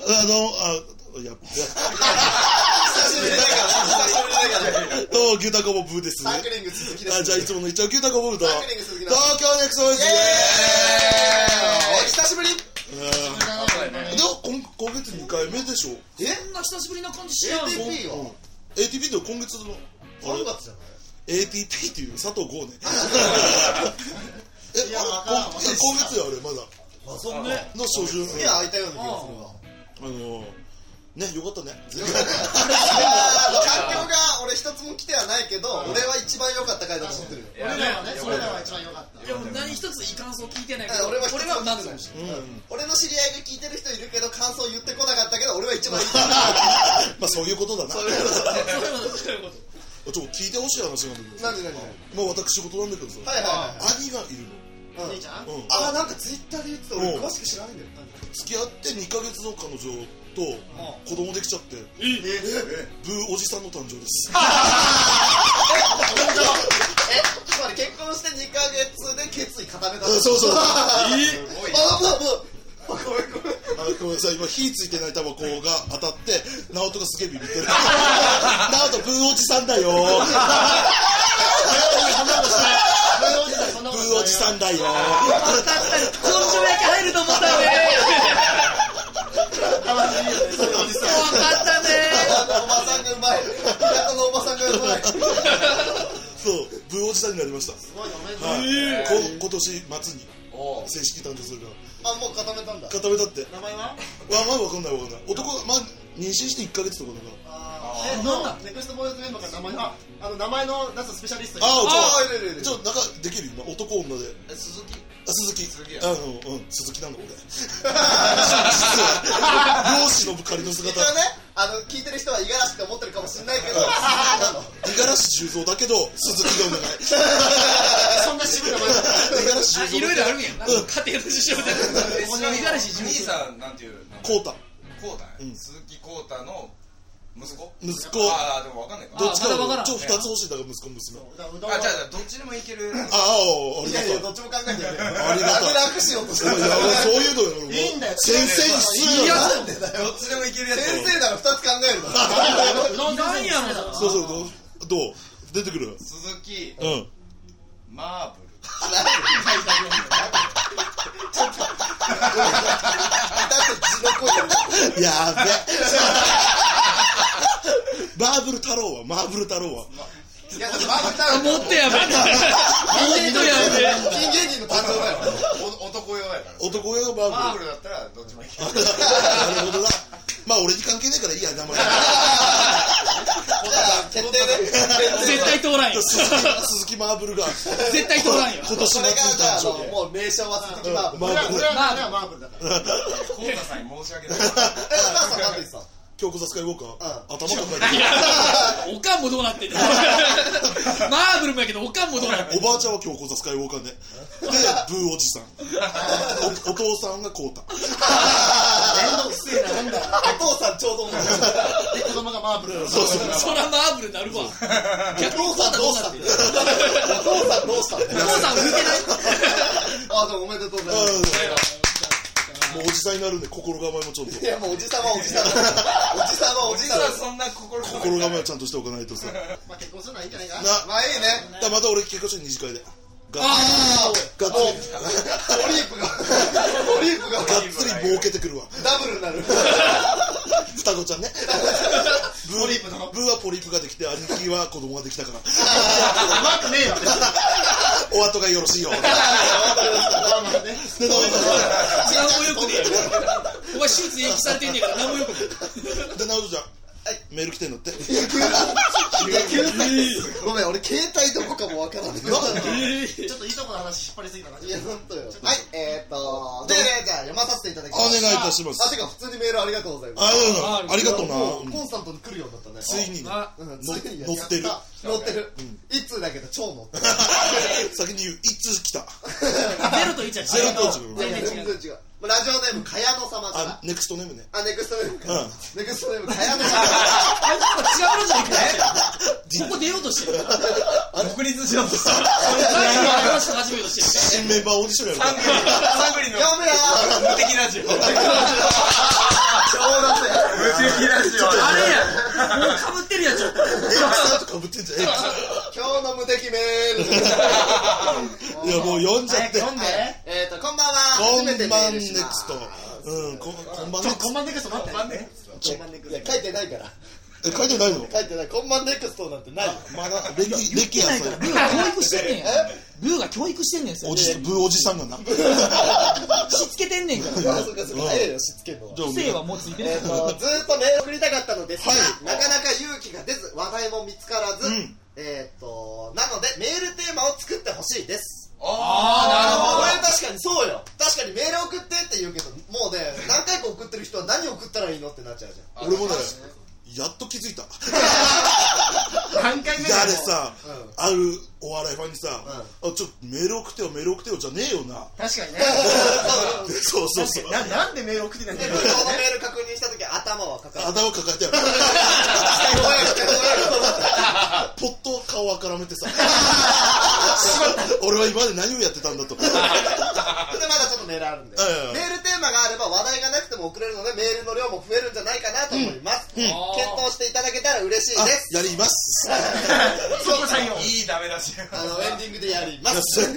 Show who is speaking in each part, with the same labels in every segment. Speaker 1: あの、あ、やっぱ、どう、牛タコボブーです。
Speaker 2: サーク
Speaker 1: あ、
Speaker 2: リング続きです、
Speaker 1: じゃあいつもの一応牛タコボブと、
Speaker 2: サーク
Speaker 1: 東
Speaker 2: リング続き
Speaker 1: 京
Speaker 2: の
Speaker 1: ネクソンイエ
Speaker 2: お久しぶり
Speaker 1: ーイ
Speaker 3: 長いね
Speaker 1: で今今月2回目でしょ
Speaker 2: え
Speaker 3: こんな久しぶりな感じしちゃうの
Speaker 2: ?ATP は
Speaker 1: ATP って今月のあれ
Speaker 2: 3月じゃない
Speaker 1: ATP っていう佐藤剛ねえ
Speaker 2: いやわ
Speaker 1: あ
Speaker 2: からん
Speaker 1: 今今月よあれまだ
Speaker 2: まあそん
Speaker 1: の
Speaker 2: な
Speaker 1: 初旬
Speaker 2: 次は開いたような気がす
Speaker 1: あ
Speaker 2: るわ
Speaker 1: のねよかったね
Speaker 2: でも環境が俺一つも来てはないけど俺は一番良かった回だと思ってるよ
Speaker 3: いや
Speaker 4: 俺らはね、それらは一番良かっ
Speaker 3: で
Speaker 4: た。
Speaker 3: も何一ついい感想聞いてないけ
Speaker 2: あ
Speaker 3: ど
Speaker 2: 俺は一つ
Speaker 3: 俺らは何だかもしれ
Speaker 1: うん
Speaker 2: 俺の知り合いが聞いてる人いるけど感想言ってこなかったけど俺は一番いい
Speaker 1: まあそういうことだな
Speaker 3: ないそういうことそういうこと
Speaker 1: ちょっと聞いてほしい話があるんだけど
Speaker 2: 何
Speaker 1: まあ
Speaker 2: で何で
Speaker 1: 私事なんだけどさ
Speaker 2: はいは
Speaker 1: 兄がいる
Speaker 2: いはい、うん
Speaker 4: 姉ちゃん
Speaker 1: のうん
Speaker 2: あなんかツイッターで言ってた俺詳しく知らないんだよ
Speaker 1: 付き合って2ヶ月の彼女と子供できちゃってブーおじさんの誕生です
Speaker 2: えつまり結婚して2ヶ月で決意固めた
Speaker 1: うんそうそう
Speaker 2: えあもうもうあごめんごめん
Speaker 1: あごめんなさい今火ついてないタバコが当たって直人がすげえビビってる直人ブーおじさんだよブー
Speaker 4: そんなことない
Speaker 1: おじさんだよ
Speaker 3: 確かにこの条約入ると思ったね
Speaker 2: おじさん
Speaker 3: 分かったね
Speaker 2: おばさんがうまい港のおばさんがうまい
Speaker 1: そうブーおじさんになりました、
Speaker 4: すごい、おめでとう。
Speaker 1: はいこ今年末に
Speaker 3: お
Speaker 1: 正式誕生するから
Speaker 2: あもう固めたんだ
Speaker 1: 固めたって
Speaker 4: 名前は
Speaker 1: わまあ分かんない分かんない男が、まあ、妊娠して1ヶ月とかだから
Speaker 4: あーえ、
Speaker 3: なんだ
Speaker 4: ネクストボーイズメンバーから名前は、あの、名前の出すスペシャリスト
Speaker 1: あ
Speaker 2: あ
Speaker 1: あ
Speaker 2: いるいるいる
Speaker 1: ちょっと中できる今男女で
Speaker 3: 鈴木
Speaker 1: あ鈴木
Speaker 3: 鈴木
Speaker 1: あのうん鈴木なの俺そう漁師の仮の
Speaker 2: 一応
Speaker 1: 姿
Speaker 2: ねあの聞いてる人は五十嵐とか持ってるかもしれないけどなの
Speaker 1: 五十嵐十三だけど鈴木がお願い
Speaker 4: そんな渋い名前だ
Speaker 1: 五十嵐
Speaker 3: あ
Speaker 1: 十
Speaker 3: いろ
Speaker 1: 三
Speaker 3: いろあるんやなんか家庭の事情だから
Speaker 5: お
Speaker 3: お前五十嵐
Speaker 5: 兄
Speaker 3: 十
Speaker 5: さんなんていうの
Speaker 1: コータ
Speaker 5: こうだ
Speaker 1: う
Speaker 5: ね
Speaker 1: ん
Speaker 5: 鈴木こうたの息子
Speaker 1: 息子
Speaker 5: ああでもわかんないか
Speaker 1: ど
Speaker 5: あ
Speaker 1: っちかだ
Speaker 3: まだわからん
Speaker 1: ちょ二つ欲しいんだから息子娘あ
Speaker 4: からうどん
Speaker 5: じゃ
Speaker 4: は
Speaker 5: あじゃあどっちでもいける
Speaker 1: ああああ
Speaker 2: い
Speaker 1: りが
Speaker 2: やいや
Speaker 1: と
Speaker 2: どっちも考えてる
Speaker 1: ありがとう
Speaker 2: 楽しようとして
Speaker 1: う
Speaker 2: る
Speaker 1: いや俺そういうのよ
Speaker 4: いいんだよ
Speaker 1: 先生必要だ
Speaker 2: なんでだよ
Speaker 5: どっちでもいけるやつを
Speaker 2: 先生なら2つ考えるだろ
Speaker 4: うどん先生
Speaker 3: いらんやろ
Speaker 1: そうそうどうどう出てくる
Speaker 5: 鈴木
Speaker 1: うん
Speaker 5: マーブル
Speaker 2: だって字の声だ
Speaker 1: やーべバーブル太郎はマーブル太郎はい
Speaker 2: やでもマーブル太郎
Speaker 3: 持ってやべ持ってやべ
Speaker 2: ピン芸人の誕生だよ
Speaker 5: お男用やから
Speaker 1: 男親がバ
Speaker 5: マ
Speaker 1: ー
Speaker 5: ー
Speaker 1: ブ
Speaker 5: ブ
Speaker 1: ル
Speaker 5: ルだったらどっちもいける
Speaker 1: な るほどなまあ俺に関係ないからいいや名前
Speaker 2: 決定ね
Speaker 3: 絶対通らんよ
Speaker 1: 鈴木鈴木マーブルが
Speaker 3: 絶対通らんよ
Speaker 1: 今年
Speaker 2: そ
Speaker 1: 末
Speaker 2: れがじゃああ
Speaker 1: の誕
Speaker 2: のもう名称は続きは
Speaker 1: 生
Speaker 2: え
Speaker 1: マ
Speaker 4: 俺ら
Speaker 1: ーブル
Speaker 4: 俺らの名前はマーブルだから。
Speaker 5: こうたさんに申し訳な
Speaker 2: お
Speaker 5: い
Speaker 2: 母さんなんて言ってた
Speaker 1: 今日こそ使いウォーカー頭抱えてる
Speaker 3: おかんもどうな ってんだよマーブルもやけどおかんもどうなってん
Speaker 1: おばあちゃんは今日こそ使いウォーカーねでブーおじさんお お父さんがこうた
Speaker 4: めんどくせえな、なんだ。
Speaker 2: お父さんちょうど同じ
Speaker 4: で、子供がマーブル。
Speaker 1: そうそう
Speaker 3: そらマーブルになるわ逆に
Speaker 2: お父さんどうしたってお父さんどうしたって
Speaker 3: お父さん浮いてない
Speaker 2: あでもおめでとうございま
Speaker 1: もうおじさんになるんで心構えもちょっと
Speaker 2: すいやもうおじさんはおじさんだおじさんは
Speaker 5: お
Speaker 2: お
Speaker 5: じ
Speaker 2: じ
Speaker 5: さ
Speaker 2: さん
Speaker 5: んは
Speaker 2: だ
Speaker 5: そんな心心
Speaker 1: 心構えはちゃんとしておかないとさな
Speaker 4: まあ結婚するのはいいんじゃないかな。
Speaker 2: まあいいね
Speaker 1: だまた俺結婚して二次会でがっ
Speaker 3: ああ
Speaker 1: がっつり
Speaker 2: オリーブがオリーブが
Speaker 1: がっつり儲けてくるわ
Speaker 2: ダブルになる
Speaker 1: 双子ちゃん ねブー
Speaker 4: ポリープの
Speaker 1: ブーはポリープができて兄貴は子供ができたから
Speaker 4: うまくねえよ。
Speaker 1: お後がよろ しいよでな
Speaker 3: 何もよくねえお前手術延期されてんねえから何もよくね
Speaker 1: でなおちゃんメール来てんだって
Speaker 2: ごめん俺携帯どこかもわからない
Speaker 3: え
Speaker 4: ちょっといいとこの話引っ張りすぎたな。
Speaker 2: いや本当よはいえーっとでじゃあ読まさせていただき
Speaker 1: お
Speaker 2: ます
Speaker 1: 願いいたします
Speaker 2: あてか普通にメールありがとうございます
Speaker 1: あうんありがとうな
Speaker 2: も
Speaker 1: う
Speaker 2: うんコンスタントに来るようになったね
Speaker 1: ついにね
Speaker 2: うん
Speaker 1: 乗
Speaker 2: ついにや
Speaker 1: 乗ってる
Speaker 2: やた乗ってる一通だけど超乗ってる
Speaker 1: 先に言ういつ来た
Speaker 3: ゼロと1
Speaker 1: ゼロ
Speaker 3: は
Speaker 1: と一
Speaker 3: 全然違う
Speaker 2: 全然違うまあラジオネームかやの様か
Speaker 1: あ
Speaker 2: ら
Speaker 1: ネクストネームね
Speaker 2: あネクストネームか
Speaker 1: うん
Speaker 2: ネクストネームかやの様
Speaker 3: あんた違うのじゃねえかここ出ようとしてる
Speaker 5: 独立しようとした
Speaker 3: 何の話を始めようとして
Speaker 1: 新メンバーオーディションやろ
Speaker 5: サングリの
Speaker 2: やめや
Speaker 5: 無敵ラジオ
Speaker 2: 正月や
Speaker 5: 敵ラジオ
Speaker 3: あれやもうかぶってるやんちょっと
Speaker 1: エクサとかぶってんじゃんエク
Speaker 2: 今日の無敵メール
Speaker 1: サいやもう読んじゃって
Speaker 4: 読んで
Speaker 2: えっとこんばんは
Speaker 1: こん
Speaker 2: 初めてメ
Speaker 1: ば
Speaker 2: ー
Speaker 1: んね
Speaker 2: ル
Speaker 1: つ
Speaker 2: します
Speaker 1: とうんここんばん
Speaker 4: ち
Speaker 1: ね
Speaker 4: ょ、コンマンネクスト待って。
Speaker 2: こんばんネクストいや書いてないから
Speaker 1: つえ書いてないの
Speaker 2: 書いてないこんばんネクストなんてないよ
Speaker 1: まだ歴歴や
Speaker 3: ない
Speaker 1: そ
Speaker 3: か
Speaker 1: れ
Speaker 3: らブーが教育してんねんやブーが教育してんねんそれ
Speaker 1: おじブーおじさんがな
Speaker 3: しつけてんねんから
Speaker 2: あそうかそうかええよしつけんのは
Speaker 1: じゃあ
Speaker 3: 性はもうついてる
Speaker 2: えっとずーっとメール送りたかったのですが、
Speaker 1: はい
Speaker 2: なかなか勇気が出ず話題も見つからず、
Speaker 1: うん
Speaker 2: えっとなのでメールテーマを作ってほしいです
Speaker 3: あ
Speaker 2: これ確かにそうよ確かにメール送ってって言うけどもうね何回か送ってる人は何送ったらいいのってなっちゃうじゃん
Speaker 1: 俺もねやっと気づいた
Speaker 4: 何回目
Speaker 1: い
Speaker 4: で
Speaker 1: やあれ
Speaker 4: も
Speaker 1: さ、
Speaker 2: うん
Speaker 1: あるお笑いファンにさ、あちょっとメール送ってよメール送ってよじゃねえよな
Speaker 4: 確かにね。
Speaker 1: そうそうそう
Speaker 4: ななんでメール送ってないんだ
Speaker 2: で
Speaker 4: よ
Speaker 2: こ。のメール確認した時頭はかかる
Speaker 1: 頭抱えてあるポッと顔あからめてさ俺は今まで何をやってたんだと
Speaker 2: でまだちょっとメールあるんで、
Speaker 1: うんうん
Speaker 2: メールテーマがあれば話題がなくても送れるのでメールの量も増えるんじゃないかなと思います、
Speaker 1: うんうん
Speaker 2: 検討していただけたら嬉しい
Speaker 1: あ
Speaker 2: です
Speaker 1: やります
Speaker 4: そこさんよ。
Speaker 5: いいダメ出し
Speaker 2: あのエンディングでやります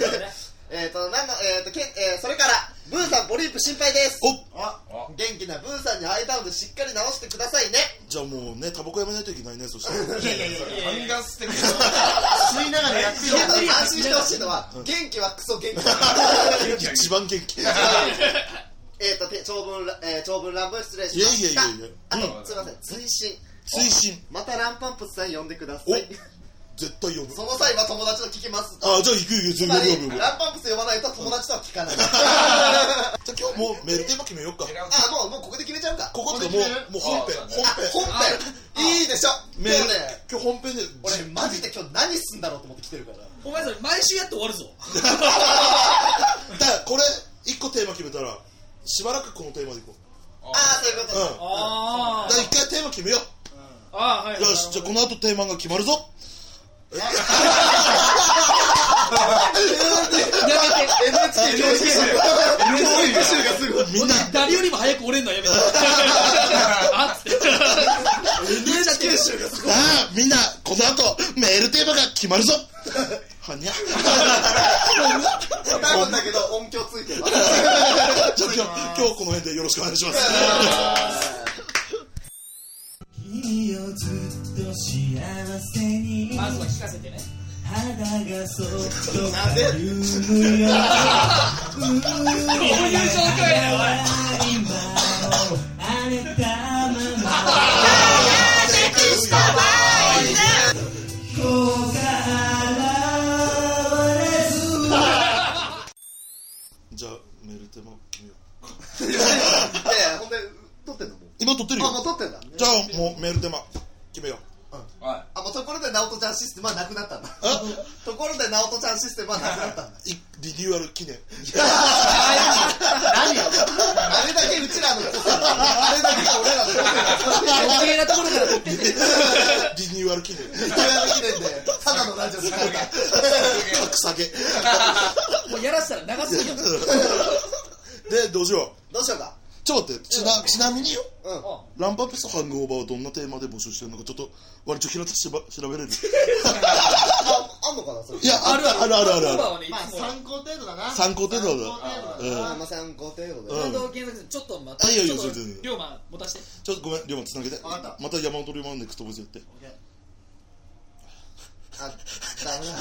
Speaker 2: えっとなんの、えーとけんえーそれからブーさんポリープ心配です
Speaker 1: お
Speaker 2: あ元気なブーさんに会えたのでしっかり直してくださいね
Speaker 1: じゃあもうねタバコやめないといけないねそしたら
Speaker 4: いやいやいやいや。
Speaker 5: 髪が素敵
Speaker 4: 吸いながらやってるよ。
Speaker 2: 逆に安心してほしいのは元気はクソ 元気
Speaker 1: 一番元気いや
Speaker 2: えっとて長文ら、えー長文乱文失礼し
Speaker 1: い
Speaker 2: ま
Speaker 1: やい
Speaker 2: した
Speaker 1: やいや
Speaker 2: あ
Speaker 1: うん
Speaker 2: と、すいません追伸
Speaker 1: 推進
Speaker 2: またランパンプスさん呼んでください
Speaker 1: 絶対呼ぶ
Speaker 2: その際は友達と聞きます
Speaker 1: あじゃあ行く行く
Speaker 2: つ
Speaker 1: 全
Speaker 2: ま
Speaker 1: 然
Speaker 2: り
Speaker 1: 呼ぶ呼ぶ
Speaker 2: ランパンプス呼ばないと友達とは聞か ない
Speaker 1: じゃあ今日もうメールテーマ決めようか
Speaker 5: 寺尾
Speaker 2: あもうもうここで決めちゃうか
Speaker 1: こことかもうもう本編
Speaker 5: あ
Speaker 1: 本
Speaker 5: そう
Speaker 2: あ
Speaker 1: 編
Speaker 2: 本編いいでしょ
Speaker 1: メ
Speaker 2: 今
Speaker 1: ー
Speaker 2: 日
Speaker 1: ル
Speaker 2: ね
Speaker 1: 今日本編で
Speaker 2: 俺マジで今日何すんだろうと思って来てるから
Speaker 3: お前それ毎週やって終わるぞ
Speaker 1: だからこれ一個テーマ決めたらしばらくこのテーマでいこう
Speaker 2: ああそういうこと
Speaker 1: うん
Speaker 3: あ
Speaker 1: だから一回テーマ決めよう
Speaker 3: ああはい
Speaker 1: よしじゃあこの後テーマが決まるぞ
Speaker 3: やめて
Speaker 2: NHK 教育集教育集がすごい
Speaker 1: み んな
Speaker 3: 誰よりも早く折れんのはやめてあっつって NHK 集が
Speaker 1: さあみんなこの後メールテーマが決まるぞは にゃ
Speaker 2: 多分だけど音響ついて る
Speaker 1: じゃあ今日今日この辺でよろしくお願いします
Speaker 6: 君をずっと幸せに
Speaker 3: まずは聞かせてね
Speaker 6: 肌がそっと緩むよ
Speaker 3: どういう状況やねんおい
Speaker 6: 今も荒れたまま子が現れず
Speaker 1: じゃあメールテーマ決めよう
Speaker 2: いやいやほんで撮ってんのもう
Speaker 1: 今撮ってるよ
Speaker 2: あもう撮ってんだ
Speaker 1: じゃあもうメールテーマ決めよ
Speaker 5: はい
Speaker 2: あもうところで直人ちゃんシステムはなくなったんだところで直人ちゃんシステムはなくなったんだ
Speaker 1: ういリニューアル記 念
Speaker 2: 何よあれだけうちらのあれだけが俺らの
Speaker 3: 余計なところから取ってんねん
Speaker 1: リニューアル記念
Speaker 2: 記念でただのラジオ作った
Speaker 1: 格下げで
Speaker 3: もうやらせたら長すぎる
Speaker 1: どうしよ
Speaker 2: どうしようか
Speaker 1: うちょっと待ってちなちなみによ
Speaker 2: うん
Speaker 1: ランパンプスとハングオーバーはどんなテーマで募集してるのかちょっと割と平田しば調べれる
Speaker 2: ああんのかなそれ
Speaker 1: いやあるあるあるある
Speaker 3: オーバー
Speaker 1: ある
Speaker 3: はねい
Speaker 4: まあ
Speaker 3: つも
Speaker 4: 参考程度だな。
Speaker 1: 参考程度だ
Speaker 4: 参考程度
Speaker 2: あ
Speaker 4: だ
Speaker 2: ん
Speaker 4: な。
Speaker 2: まさんご程度
Speaker 1: うん
Speaker 2: で
Speaker 3: この動機検索してちょっと待っ
Speaker 1: あい
Speaker 3: て
Speaker 1: やいや
Speaker 3: ちょっと
Speaker 1: 全然
Speaker 3: 龍馬持たして
Speaker 1: ちょっとごめん龍馬つなげて
Speaker 2: わかっ
Speaker 1: また山本龍馬のネクストボイスやって
Speaker 2: あダメだ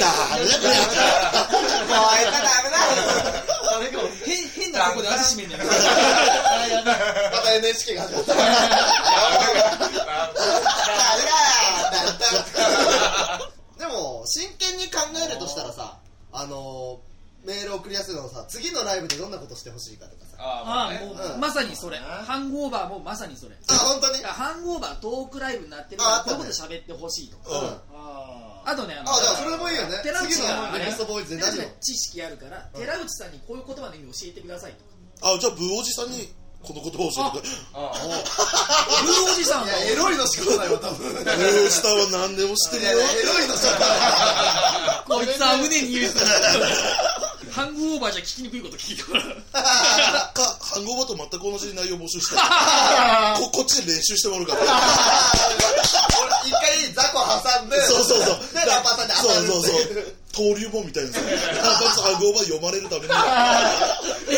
Speaker 1: だーれだこれ
Speaker 2: お前がダメだ
Speaker 4: 誰かを
Speaker 3: 変変なとこで足締めんねん
Speaker 2: また NHK が始まったダメだでも真剣に考えるとしたらさあのメール送りやすいのはさ次のライブでどんなことしてほしいかとかさ
Speaker 5: あ
Speaker 3: ああも
Speaker 5: もうね
Speaker 3: うまさにそれハングオーバーもまさにそれ
Speaker 2: あ本当に
Speaker 3: いやハングオーバートークライブになってる
Speaker 2: ああ
Speaker 3: か
Speaker 2: っ
Speaker 3: ら
Speaker 2: た
Speaker 3: こ
Speaker 2: ね
Speaker 3: ういうこと喋ってほしいとか
Speaker 1: うん
Speaker 4: あ
Speaker 3: あとねあの
Speaker 2: あじゃあそれもいいよね
Speaker 3: 寺内
Speaker 2: 次
Speaker 3: が
Speaker 2: の
Speaker 3: あ
Speaker 2: ネ
Speaker 3: れ
Speaker 2: クストボーイズで
Speaker 3: 寺
Speaker 2: 何を
Speaker 3: 内が知識あるから寺内さんにこういう言葉の意味を教えてくださいとか
Speaker 1: あじゃあブーおじさんにこの言葉を教えて
Speaker 5: あ
Speaker 3: ブーおじさ
Speaker 2: い
Speaker 3: んは
Speaker 2: やエロいのしかないわ多分
Speaker 1: ブーおじさんは 何でも知ってる
Speaker 2: いや
Speaker 1: よ
Speaker 2: エロいのしかない
Speaker 3: こいつは胸に言うやつだハングオーバーじゃ聞きにくいこと聞いたから。
Speaker 1: か、ハンゴバと全く同じ内容募集して こ、こっちで練習してもらうから。
Speaker 2: 一回雑魚挟んで
Speaker 1: そうそうそう。
Speaker 2: でラッパーさんで当たる
Speaker 1: そうそうそう。登竜門みたいなさ。なんかハンゴバ読まれるために。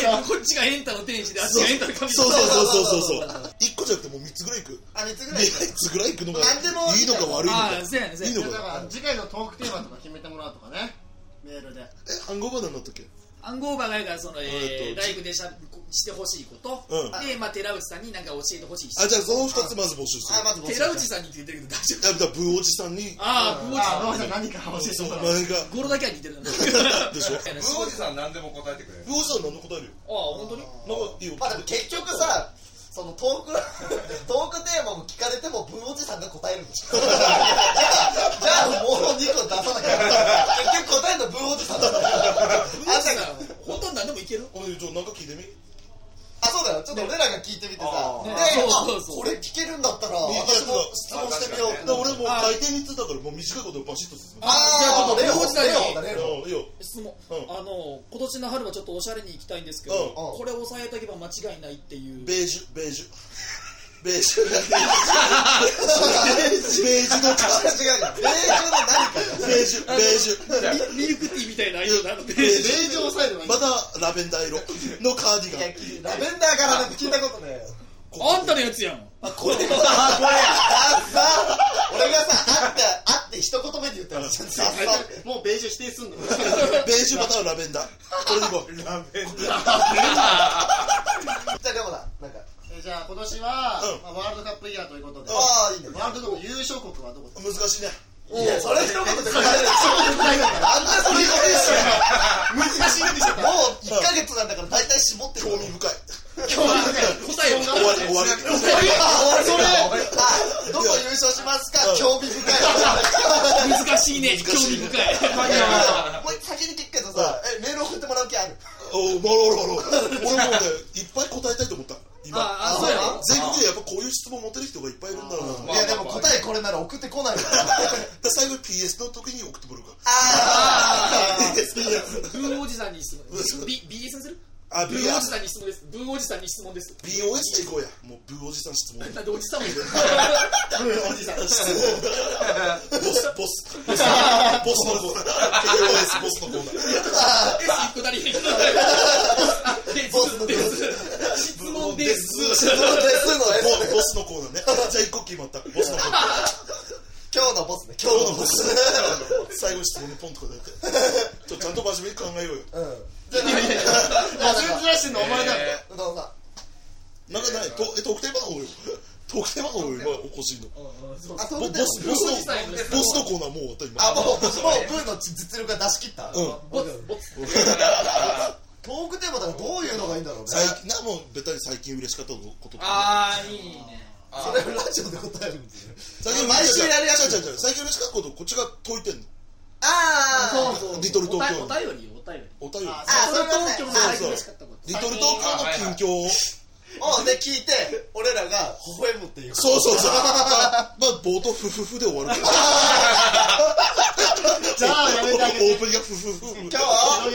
Speaker 3: え、こっちがエンタの天使で、あっちがエンタの神
Speaker 1: そう
Speaker 3: 様
Speaker 1: そうそうそうそうそう。一個じゃなくてもう三つぐらいいく。
Speaker 2: あ3つぐらい
Speaker 1: 三つぐらいいくのが
Speaker 2: 何でも
Speaker 1: いいのか悪いのか
Speaker 3: あ。あ、そうやね、そう
Speaker 1: いい
Speaker 3: や
Speaker 1: の
Speaker 3: ね。
Speaker 1: か
Speaker 4: だから次回のトークテーマとか決めてもらうとかねメールで
Speaker 1: え、ハンゴバなんだったっけ
Speaker 3: ハングオーバーがやから、その、え
Speaker 1: えっ
Speaker 3: ー、
Speaker 1: と
Speaker 3: ライブでしゃしてほしいこと、
Speaker 1: うん
Speaker 3: で、まあ、寺内さんに何か教えてほしいし
Speaker 1: あ、じゃあその二つまず募集す
Speaker 2: あ
Speaker 1: る。
Speaker 2: まず募集
Speaker 3: 寺内さんにって言ってるけど大丈夫
Speaker 1: やっぱブーおじさんに。
Speaker 3: ああ、久保
Speaker 4: あごめ
Speaker 3: 内
Speaker 4: んな
Speaker 3: さ
Speaker 4: さい何か欲しい
Speaker 1: そう、
Speaker 4: と
Speaker 1: ま
Speaker 4: か
Speaker 1: あなんか。
Speaker 3: ん。語呂だけは似てるんだ
Speaker 1: でしょ
Speaker 5: ブ
Speaker 3: あ
Speaker 5: ーおじさん何でも答えてくれる
Speaker 1: ブーおじさん何の答えるよ。
Speaker 3: あ、本当に
Speaker 1: なんかいいよ。
Speaker 2: まあでも結局さそのトーク トークテーマも聞かれてもブーおじさんが答えるんでしょじゃあじゃあもう2個出さなきゃ結局答えるのブーおじさんだからあんたが
Speaker 3: 本当に何でもいける
Speaker 1: お前ちょ、なんか聞いてみい
Speaker 2: あそうだよちょっと俺らが聞いてみてさ
Speaker 5: あ
Speaker 2: であ
Speaker 5: ー
Speaker 3: ねそうそうそう
Speaker 2: これ聞けるんだったら
Speaker 1: いや
Speaker 2: 私も質問してみようって
Speaker 1: だから俺もう回転についたからもう短いことバシッと進む。
Speaker 3: あじゃあちょっと
Speaker 2: レオ
Speaker 3: 久保内さんに
Speaker 2: レオだね
Speaker 1: うんいいよ。
Speaker 3: 質問、
Speaker 1: うん
Speaker 3: あの今年の春はちょっとおしゃれに行きたいんですけど、
Speaker 1: うん
Speaker 3: これ押さえとけば間違いないっていう
Speaker 1: ベージュ、ベージュ。ベージュ。ベージュ。ベージュのか。
Speaker 2: 違うよ霊獣の何か
Speaker 1: ベージュ、ベージュ。
Speaker 3: ミミルクティーみたいな色なので
Speaker 1: ベージ
Speaker 4: 令状抑えればいい
Speaker 1: またラベンダー色のカーディガン。
Speaker 2: ラベンダーからなんて聞いたことねえよ
Speaker 3: あんたのやつやん
Speaker 2: あこれもさ、これダサ俺がさ、あって、あって一言目で言ったら、ちょっとダサ
Speaker 4: もうベージュ指定すんの
Speaker 1: ベージュまたはラベンダー。これでいこう。
Speaker 5: ラベンダー
Speaker 2: じゃあ、でもだ、なんか、
Speaker 4: えじゃあ今年は
Speaker 1: うん、
Speaker 4: まあ、ワールドカップイヤーということで、
Speaker 2: ああ、いいね。
Speaker 4: ワールドカップ優勝国はどこ です
Speaker 1: 難
Speaker 4: か
Speaker 1: しいね。
Speaker 2: いや、それ一言で答える。あんなそれ言ってし
Speaker 4: 難しいでしょ
Speaker 2: ょ。もう1ヶ月なんだから大体絞ってる。
Speaker 1: 興味深い。
Speaker 3: 答えを
Speaker 1: 終わり、終わり。
Speaker 2: あ、それ、あ、どこ優勝しますか興味深い。
Speaker 3: 難しいね興味深い
Speaker 2: これ先に聞くけどさ、え、メール送ってもらう気ある
Speaker 1: おう、まろまろ。俺もね、いっぱい答えたいと思った。
Speaker 3: あ
Speaker 1: 今。
Speaker 3: あそうやろ
Speaker 1: 全国でやっぱこういう質問持てる人がいっぱいいるんだろうなと思って。
Speaker 2: いや、でも答えこれなら送ってこないから。
Speaker 1: で最後に PS の時に送ってもらうか。
Speaker 2: あー。
Speaker 3: ブーおじさんに質問です。B、B さんする
Speaker 1: あ、
Speaker 3: ブ
Speaker 1: B
Speaker 3: ー
Speaker 1: や
Speaker 3: おじ。さんに質問です。ブーおじさんに質問です。
Speaker 1: BOS チこうや。もうブーおじさん質問。ボ
Speaker 3: なんでおじさんもいる
Speaker 4: おじさん
Speaker 1: ス、ボス。ボスのコーナー。BOS ボスのコーナー。
Speaker 3: S 下りへん。です質問です。
Speaker 2: 質問ですの S
Speaker 1: ボボスのコーナーね。じゃあ一個決まった。ボスのコーナー。
Speaker 2: 今日のボスね、今日のボス。
Speaker 1: 最後に質問にポンと答えて。ちょちゃんと真面目に考えようよ。
Speaker 2: うん。
Speaker 4: 順ずらしてんのお前だって
Speaker 2: うどんさん。
Speaker 1: なんかない。とえ、特定番号よ。特定番号よ、今、お越しいの。ボ
Speaker 2: あ、そう
Speaker 1: ボ
Speaker 2: だよ
Speaker 1: ス、ボス
Speaker 3: ボスさん
Speaker 1: の、ボスのコーナーもう終わった、今。
Speaker 2: あ、もう、もう、ブーの実力が出し切った。
Speaker 1: うん。
Speaker 3: ボツ、ボツ。
Speaker 2: トークテーマだからどういうのがいいんだろうね。
Speaker 1: 最近、な、もう、ベタに最近嬉しかったこと。
Speaker 3: あー、いいね。
Speaker 2: それラジオで答えるんですよ。
Speaker 1: 最近、
Speaker 2: 毎週やるやつ
Speaker 1: 違う違う違う最近嬉しかったこと、こっちが解いてんの。
Speaker 2: あ
Speaker 3: そうそう。
Speaker 1: リトル東京
Speaker 3: お便りよ、お便り。
Speaker 1: お便り。
Speaker 4: あ
Speaker 2: あ、それは
Speaker 3: 東京の
Speaker 2: ね、
Speaker 3: 最近嬉しかったこと。
Speaker 1: リトル東京の近況を。
Speaker 2: をね、聞いて、俺らが微笑むっていう。
Speaker 1: そうそうそう。まあ、まあ冒頭、ふふふで終わるけど。
Speaker 4: じゃあやめてあげ
Speaker 1: オ
Speaker 4: て
Speaker 1: ープニングがふふふ。ふ
Speaker 2: 今日、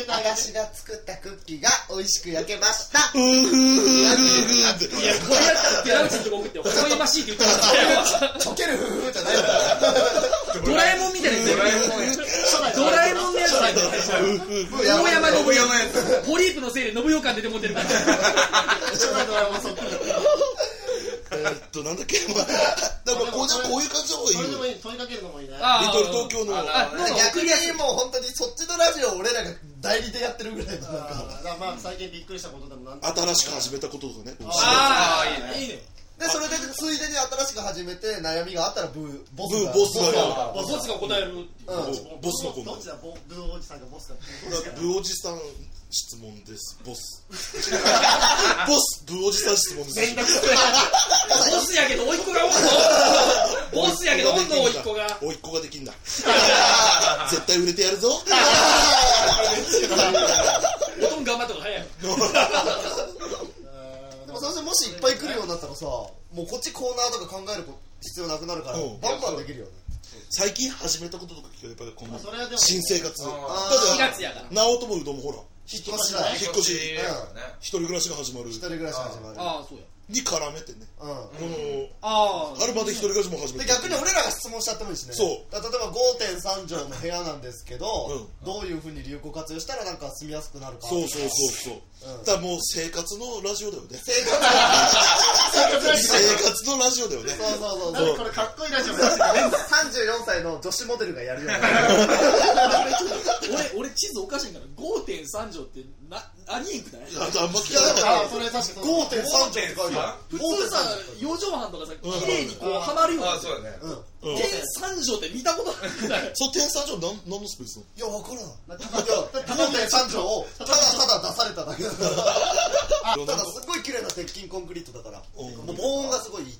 Speaker 2: 私が作ったクッキーが美味しく焼けました。
Speaker 1: ふふふって。
Speaker 3: いや、これやったら寺内のとこ送って、微笑ましいって言ってたんだよ。
Speaker 2: 溶ける夫婦じゃない
Speaker 3: ドラえもんみたいなやつ
Speaker 5: ドラえもんや
Speaker 3: ドラえもんのやつだよ。
Speaker 1: ふ
Speaker 3: 大山の
Speaker 5: 信山やつ
Speaker 3: ポリープのせいで信用感出て持ってるから。
Speaker 4: 初代ドラえもんそっくり
Speaker 1: えっと、なんだっけ、まあ、だからこうじゃこういう感じの方
Speaker 4: そ
Speaker 1: がい
Speaker 4: れ
Speaker 1: い
Speaker 4: で
Speaker 1: よ
Speaker 4: も。いい問いかけるのもいいね
Speaker 3: あー
Speaker 1: リトル東京の。
Speaker 5: あ
Speaker 3: あ、どうも
Speaker 2: 逆にもう本当にそっちのラジオを俺らが代理でやってるぐらいのなんか。
Speaker 4: あーだからまあ最近びっくりしたことでもなんて
Speaker 1: 新しく始めたこととかね。
Speaker 3: あ
Speaker 5: あ
Speaker 3: あ、
Speaker 5: ー
Speaker 3: い
Speaker 5: い
Speaker 3: いね。
Speaker 2: で、それでついでに新しく始めて悩みがあったらブー、ボス
Speaker 1: ブ
Speaker 2: が。
Speaker 1: ーボスがよ。
Speaker 3: ボスが答えるっていう。
Speaker 2: うん。
Speaker 1: ボスのコーナ
Speaker 4: どっち
Speaker 1: ー。
Speaker 4: だボブーおじさんがボスか
Speaker 1: ブーおじさん質問です。ボス。ボス、ブーおじさん質問です。
Speaker 3: ボスやけど、おいっ子がおんの。ボスやけど、おんのおいっ子が。
Speaker 1: おいっ子ができんだ。絶対売れてやるぞ。
Speaker 3: おとん頑張ったから早い。
Speaker 2: でもそしてもしいっぱい来るようになったらさ、もうこっちコーナーとか考えること必要なくなるから、
Speaker 1: うん
Speaker 2: バンバンできるよね。
Speaker 1: 最近始めたこととか聞かればこんな
Speaker 4: それはでも
Speaker 1: 新生活。
Speaker 5: あ
Speaker 1: だ
Speaker 3: 4
Speaker 1: から
Speaker 3: 月やから。
Speaker 1: なおともうどんもほら
Speaker 2: 引っ越しだ
Speaker 4: 引
Speaker 2: 一
Speaker 5: 引っ
Speaker 1: 越
Speaker 5: 越
Speaker 1: し
Speaker 5: し
Speaker 1: うん一人暮らしが始まる
Speaker 2: 人暮らし始まる
Speaker 3: ああそうや
Speaker 1: に絡めてね
Speaker 2: うん
Speaker 1: この
Speaker 3: ああ
Speaker 1: アルバで一人暮らしも始め
Speaker 2: で
Speaker 1: て
Speaker 2: 逆に俺らが質問しちゃってもいいしね
Speaker 1: そう
Speaker 2: だ例えば5.3畳の部屋なんですけど、
Speaker 1: う
Speaker 2: どういうふうに流行活用したらなんか住みやすくなるか
Speaker 1: そうそうそうそう、
Speaker 2: うん
Speaker 1: だからもう生活のラジオだよね
Speaker 2: 生活が
Speaker 1: 生活のラジオだよね
Speaker 2: そうそうそう
Speaker 4: なん
Speaker 2: そう
Speaker 4: でこれかっこいいラジオなんですか
Speaker 2: 34歳の女子モデルがやるような
Speaker 3: 俺俺地図おかしいから5.3畳ってなありえんくない
Speaker 1: あとあんま聞かなかった
Speaker 4: ああそれ確かにそう
Speaker 2: 5.3畳って書いてある
Speaker 3: 普通さ4畳半とかさ綺麗にこう
Speaker 4: うん
Speaker 3: はまるよ
Speaker 5: ああそうだね
Speaker 2: うん
Speaker 1: うん
Speaker 3: 5.3畳って見たことない
Speaker 1: そう天才上なん何のスペース
Speaker 2: いや分からんいや5.3畳をただただ出された だけだから
Speaker 1: なの
Speaker 2: ただすごい綺麗な鉄筋コンクリートだから
Speaker 1: うん
Speaker 2: もう防音がすごいいい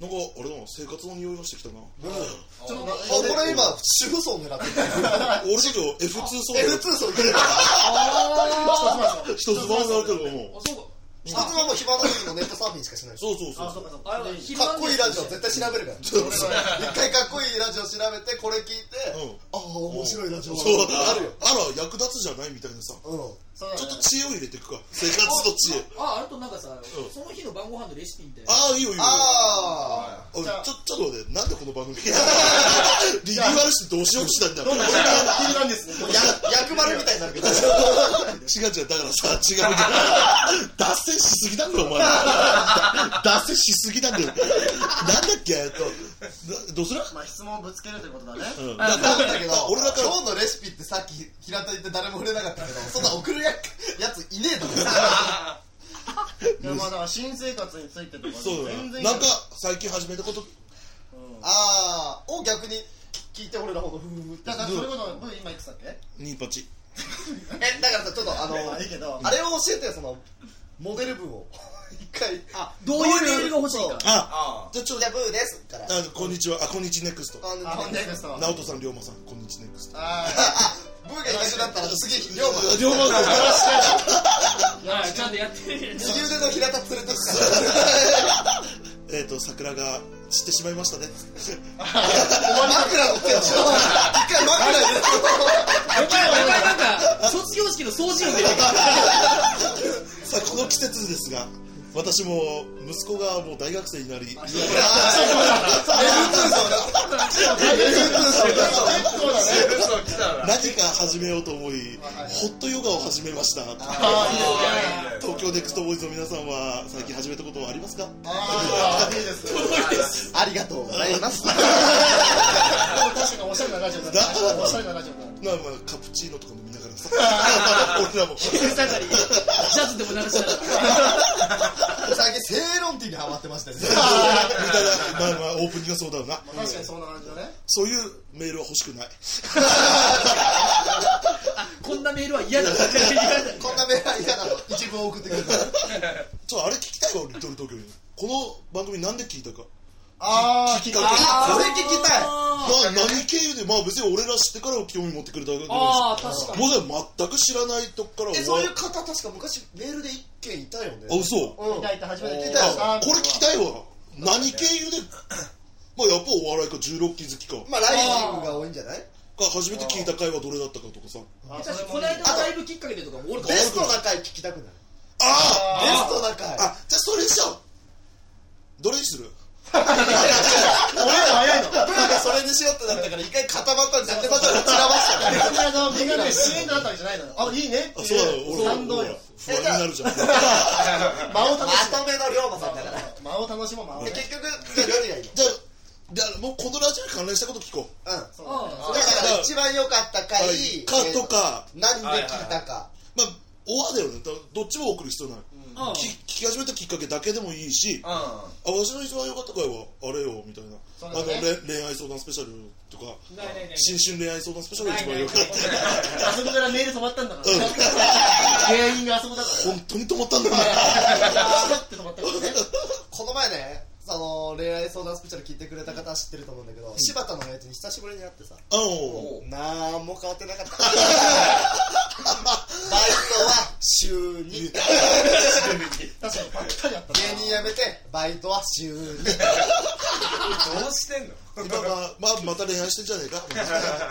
Speaker 1: なんかあれだな生活の匂いがしてきたな
Speaker 2: うんあ
Speaker 4: ちょっと
Speaker 2: これ今主婦層狙って
Speaker 1: 俺
Speaker 2: る
Speaker 1: たちの F2 層
Speaker 2: F2 層切れた
Speaker 1: 一つ番になっ
Speaker 3: ああ
Speaker 1: てると思う
Speaker 3: あそうか
Speaker 2: 一つはもう暇な時もネットサーフィンしかしないでしょ
Speaker 1: そうそう
Speaker 4: あ
Speaker 1: そ
Speaker 4: そ
Speaker 1: う
Speaker 4: かそうか
Speaker 3: あ
Speaker 4: で
Speaker 3: 昼間
Speaker 2: かっこいいラジオ絶対調べるから
Speaker 1: うそう
Speaker 2: 一回かっこいいラジオ調べてこれ聞いて、
Speaker 1: うん
Speaker 2: ああ面白いラジオ
Speaker 1: そう
Speaker 2: あるよ
Speaker 1: あら役立つじゃないみたいなさ
Speaker 2: う
Speaker 4: そうだね
Speaker 1: ちょっと知恵を入れていくか生活の知恵
Speaker 3: ああれとなんかさ
Speaker 1: うん
Speaker 3: その日の晩ご飯のレシピみたいな
Speaker 1: ああいいよいい
Speaker 2: ん
Speaker 1: よ
Speaker 2: ああ
Speaker 1: おい
Speaker 4: じゃあ
Speaker 1: ちょちょっと待ってなんでこの番 組リニューアルしてどうしようとしたんだろう
Speaker 4: ヒルナンデスね
Speaker 2: もうや役丸みたいになるけ
Speaker 1: 違
Speaker 2: ど
Speaker 1: う違うだからさ違う脱線しすぎなんだよお前 脱線しすぎなんだよなんだっけえっとなどうする
Speaker 4: まあ質問をぶつけるということだね
Speaker 1: うん
Speaker 3: あ
Speaker 1: だ
Speaker 2: そうだけど
Speaker 1: 俺だから
Speaker 2: 今日のレシピってさっき平田言って誰も触れなかったけどそんな送るややついねえだろ
Speaker 4: でもまあだから新生活についてとか
Speaker 1: そうだ
Speaker 4: 全
Speaker 1: な
Speaker 4: 然
Speaker 1: なんか最近始めたこと
Speaker 2: ああを逆に聞いて俺らほどふふふって
Speaker 4: だからそれこそブー今いくつだっけ
Speaker 1: ニンパチ
Speaker 2: えだからさちょっとあの
Speaker 4: まあいいけど
Speaker 2: あれを教えてよそのモデル文を 一回あ
Speaker 3: どういうメールが欲しいか
Speaker 1: あ
Speaker 5: あ
Speaker 1: じゃあちょっ
Speaker 2: じゃあブーですから
Speaker 1: とあこんにちはあこんにちネクスト
Speaker 2: あの
Speaker 4: あほんでですと
Speaker 1: 直人さん龍馬さんこんにちネクスト
Speaker 4: あ
Speaker 2: あブーがいなくなったら次龍馬
Speaker 1: 龍馬さん
Speaker 3: はいちゃんとやって
Speaker 2: 右腕の平田連れてくから
Speaker 1: えっと桜が散ってしまいましたね
Speaker 2: 枕の手を一回枕入れて
Speaker 3: お前お前なんか卒業式の掃除音で
Speaker 1: さあこの季節ですが私も息子がもう大学生になり
Speaker 5: あ
Speaker 4: 結構だね
Speaker 5: 嘘来たな
Speaker 1: 何か始めようと思いホットヨガを始めました
Speaker 5: ああ
Speaker 1: 東京ネクストボーイズの皆さんは最近始めたことはありますか
Speaker 4: ああいいですね
Speaker 2: ありがとうございます
Speaker 4: 確かにおしゃれなラジオだねおしゃれなラジオだ
Speaker 1: まあまあカプチーノとか飲みながらさ俺らも
Speaker 3: 下がりジャズでも流しなが ら
Speaker 2: 最近正論ティーにハマってましたよね
Speaker 1: みたいなまあまあオープニングはそうだろうな
Speaker 4: 確かにそんな感じだね
Speaker 1: そういうメールは欲しくない
Speaker 3: こんなメールは嫌だ
Speaker 2: こんなメールは嫌なの一文送ってくるから
Speaker 1: そうあれ聞きたいわリトル東京にこの番組なんで聞いたか
Speaker 4: ああ
Speaker 1: きっ
Speaker 4: 聞
Speaker 1: か
Speaker 4: か
Speaker 1: け
Speaker 2: あこれ聞きたい
Speaker 3: あ
Speaker 1: な何経由でまあ別に俺ら知ってから興味持ってくれたわけでも
Speaker 3: あ確かに
Speaker 1: もうね全く知らないとこから
Speaker 2: え
Speaker 1: 終
Speaker 2: そ
Speaker 1: わ
Speaker 2: うい
Speaker 1: る
Speaker 2: う方確か昔メールで一件いたよね
Speaker 1: あ嘘
Speaker 2: うん
Speaker 4: いて初めて聞いたよ
Speaker 1: あこれ聞きたいわ何経由でまあやっぱお笑いか16期好きか
Speaker 2: まあライジングが多いんじゃない
Speaker 1: が初めて聞いた回はどれだったかとかさ
Speaker 4: あそれ
Speaker 3: 私
Speaker 4: も
Speaker 3: この間のライブきっかけでとかも俺
Speaker 2: ベストな回聞きたくないベ
Speaker 1: ああ
Speaker 2: ストな回
Speaker 1: あじゃあそれにしようどれにする
Speaker 4: 俺ら早いの
Speaker 2: ブーがそれにしようってなったから一回固まったんで縦バタで散らばしたから
Speaker 4: こんなのみんなでシーンとなったわけじゃないのよあいいねって
Speaker 1: あ
Speaker 4: いう
Speaker 1: そうだよ俺ら
Speaker 4: 賛同
Speaker 1: 俺ら
Speaker 4: よ
Speaker 1: 不安になるじゃん
Speaker 4: 間を
Speaker 2: ま
Speaker 4: 楽し
Speaker 2: とめの龍馬さんだから
Speaker 4: む間を楽しもう間を
Speaker 2: で 結局じゃあ何がいいの
Speaker 1: じゃあじゃあもうこのラジオに関連したこと聞こう
Speaker 2: うん
Speaker 4: そう
Speaker 2: だから一番良かった
Speaker 1: あ
Speaker 2: 回
Speaker 1: かとか
Speaker 2: 何で聞いたか
Speaker 1: まあオアだよねだどっちも送る必要ないき聞き始めたきっかけだけでもいいしあ
Speaker 5: あ
Speaker 1: 私の一番良かった回はあれよみたいな
Speaker 4: そ
Speaker 1: あ
Speaker 4: う
Speaker 1: の
Speaker 4: だね
Speaker 1: れ恋愛相談スペシャルとか
Speaker 3: ないないない
Speaker 1: 新春恋愛相談スペシャルが一番良かった
Speaker 4: あそこからメール止まったんだから原因があそこだから
Speaker 1: 本当に止まったんだね
Speaker 4: あーって止まったからね
Speaker 2: この前ねその恋愛相談スペシャル聞いてくれた方は知ってると思うんだけど、柴田のやつに久しぶりに会ってさ
Speaker 1: あの
Speaker 5: おう
Speaker 2: なんも変わってなかった バイトは週2芸人
Speaker 4: 確かにばったりあったな
Speaker 2: 辞めてバイトは週2
Speaker 5: あどうしてんの
Speaker 1: 今が、まあ、また恋愛してんじゃねえか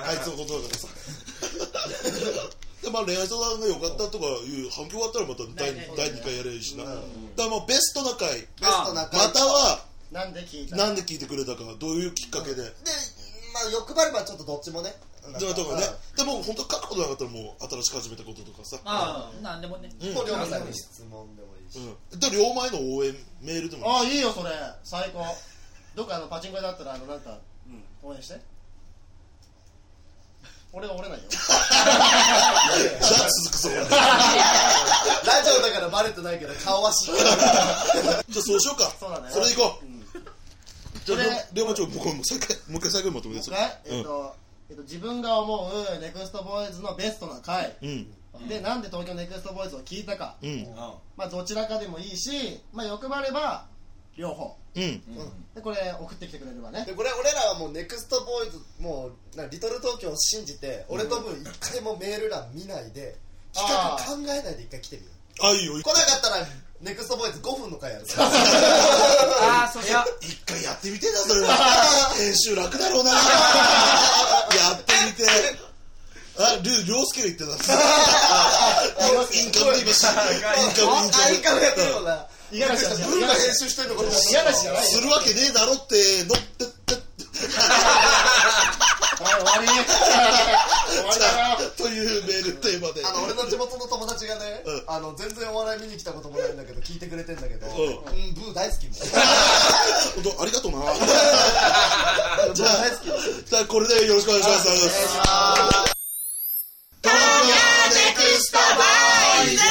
Speaker 1: あいつのことだからさでまあ、恋愛相談が良かったとかいう反響があったらまた第
Speaker 4: ないない
Speaker 1: 第2回やればいいしな、だからもうベストな回
Speaker 2: ベストな
Speaker 1: ま
Speaker 2: 回
Speaker 1: たは
Speaker 4: なんで聞いたの
Speaker 1: なんで聞いてくれたかどういうきっかけで、
Speaker 2: で、まあ、欲張ればちょっとどっちもね。
Speaker 1: だからとかね、でも本当書くことなかったらもう新しく始めたこととかさ、
Speaker 3: ああ、なんでもね。
Speaker 1: うん
Speaker 2: もう、りょうまさんに質問でもいいし。
Speaker 1: うん、で両前の応援メールでも
Speaker 4: ああいいよそれ最高どっかあのパチンコ屋だったらあのなんか、うん、応援して俺は折れないよ
Speaker 1: じゃあ続くぞじゃ
Speaker 2: ラジオだからバレてないけど、顔は知ってる。
Speaker 1: あそうしようか
Speaker 4: そうだね
Speaker 1: それでいこう、じゃあ
Speaker 4: それ
Speaker 1: りょうまちょもうこれもう最後もう一回最後にまとめです
Speaker 4: 一回えっと、えっと、自分が思うネクストボーイズのベストな回、
Speaker 1: うん
Speaker 4: でなんで東京ネクストボーイズを聞いたか、
Speaker 1: うんうん
Speaker 4: まあどちらかでもいいしまあ欲張れば両方
Speaker 1: うん
Speaker 4: でこれ送ってきてくれればね
Speaker 2: でこれ俺らはもうネクストボーイズもうなリトル東京を信じて俺と分一回もメール欄見ないで企画考えないで一回来てみよう
Speaker 1: あいいよ
Speaker 2: 来なかったらネクストボーイズ5分の回やる
Speaker 5: ああ、そうしよう。
Speaker 1: 一回やってみてえなそれは編集楽だろうなやってみてありゅう涼介が言ってたインインカムで今しインカムインカム
Speaker 2: あいいかもやってるもんな
Speaker 4: 五十嵐じゃない
Speaker 2: 文が編集してるのこれ
Speaker 4: 五十嵐じゃないよ
Speaker 1: するわけねえだろって乗ってって
Speaker 4: はい終わり終わりだ よ
Speaker 1: というメールテーマで
Speaker 2: あの俺の地元の友達がね、
Speaker 1: うん
Speaker 2: あの全然お笑い見に来たこともないんだけど聞いてくれてんだけど、うんん、ブー大好きもん
Speaker 1: 本当ありがとうな
Speaker 2: ブー大好き
Speaker 1: じゃあこれでよろしくお願いします東京 ネクストバイズ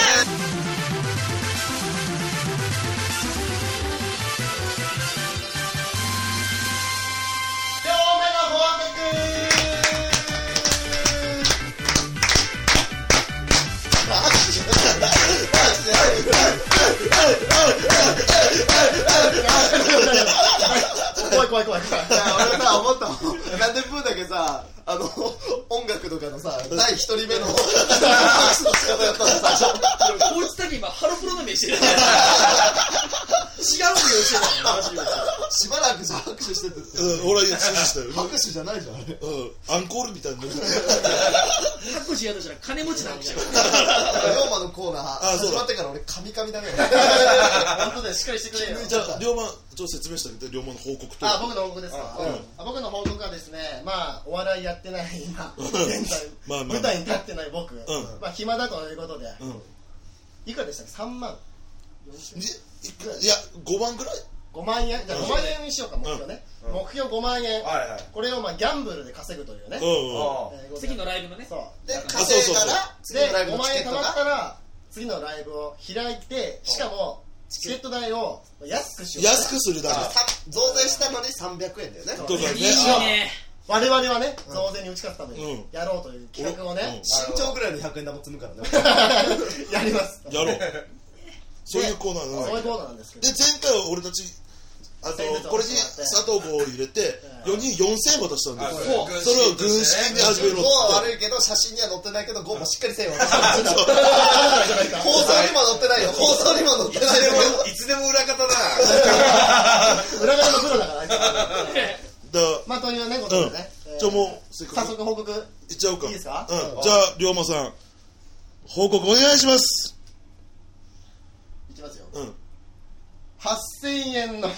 Speaker 4: 怖い怖い怖い怖い
Speaker 2: いや俺さ思ったもんなんでブーだけさあの音楽とかのさ第一人目の拍手の仕方やったの最初
Speaker 3: こいつだけ今、ハロプロの名してる。違うのしてたの、マジで。
Speaker 2: しばらくじゃ拍手しててって
Speaker 1: うん俺は指示したよ
Speaker 2: 拍手じゃないじゃんあれ
Speaker 1: うんアンコールみたいな
Speaker 3: タコしやとしたら金持ちなんでしょ。
Speaker 2: 龍馬のコーナー
Speaker 1: あそう
Speaker 2: 始
Speaker 1: だ
Speaker 2: まってから俺カミカミ だね
Speaker 4: 本当だよしっかりしてくれよ
Speaker 1: じゃあ龍馬ちょっと説明してあげて龍馬の報告と
Speaker 4: あ僕の報告ですか、
Speaker 2: うん
Speaker 4: あ僕の報告はですねまあお笑いやってない今現在
Speaker 1: まあまあ
Speaker 4: 舞台に立ってない僕、
Speaker 1: ん
Speaker 4: まあ暇だということで、
Speaker 1: うん
Speaker 4: いくらでしたっけ3万
Speaker 1: にいや5万ぐらい
Speaker 4: 5万円じゃあ5万円にしようか目標ね、
Speaker 5: うん
Speaker 4: 目標5万円、
Speaker 5: はいはい。
Speaker 4: これをまあギャンブルで稼ぐというね、
Speaker 1: うんうん
Speaker 5: あ
Speaker 4: えー
Speaker 3: 次のライブのね。
Speaker 4: そう
Speaker 2: で
Speaker 1: あそう
Speaker 2: 稼
Speaker 1: そ
Speaker 2: いうだ
Speaker 1: そう
Speaker 2: ら次
Speaker 4: で
Speaker 2: のライブの
Speaker 4: 5万
Speaker 2: チケ
Speaker 4: 円
Speaker 2: ッ
Speaker 4: 貯
Speaker 2: ト
Speaker 4: まった
Speaker 2: が
Speaker 4: ら次のライブを開いてしかもチケット代を安くしよう
Speaker 1: 安くするだ
Speaker 2: あ
Speaker 1: け
Speaker 2: さ増税したのに300円だよね
Speaker 1: とかね
Speaker 3: いいね。
Speaker 4: 我々はね増税に打ち勝つために
Speaker 1: うん
Speaker 4: やろうという企画を
Speaker 1: う
Speaker 4: ね、
Speaker 1: ん
Speaker 2: 身長ぐらいの100円玉積むからね
Speaker 4: やります
Speaker 1: やろうそういうコーナーな
Speaker 4: そ
Speaker 1: の
Speaker 4: ういうコーナーなんですけど
Speaker 1: で前回は俺たちあとこれに佐藤郷を入れて4人4000円渡したんだよ
Speaker 5: そう
Speaker 1: それを軍資金で始め
Speaker 2: 5
Speaker 1: ろ
Speaker 2: は
Speaker 1: って
Speaker 2: 悪いけど写真には載ってないけど5もしっかり せよ放
Speaker 4: ないか
Speaker 2: 送にも載ってないよ 放送にも載ってないよ
Speaker 5: いつでも裏方だな。
Speaker 4: 裏側のプロだからあいつ
Speaker 1: だか
Speaker 4: まあというねこ
Speaker 1: ら
Speaker 4: と
Speaker 1: うん
Speaker 4: でね、えー
Speaker 1: じゃあもうせっか
Speaker 4: 早
Speaker 1: く
Speaker 4: 速報告
Speaker 1: いっちゃおうか
Speaker 4: いいですか
Speaker 1: うんじゃあ龍馬さん報告お願いします
Speaker 4: いきますよ
Speaker 1: うん
Speaker 4: 8000円の
Speaker 1: 8000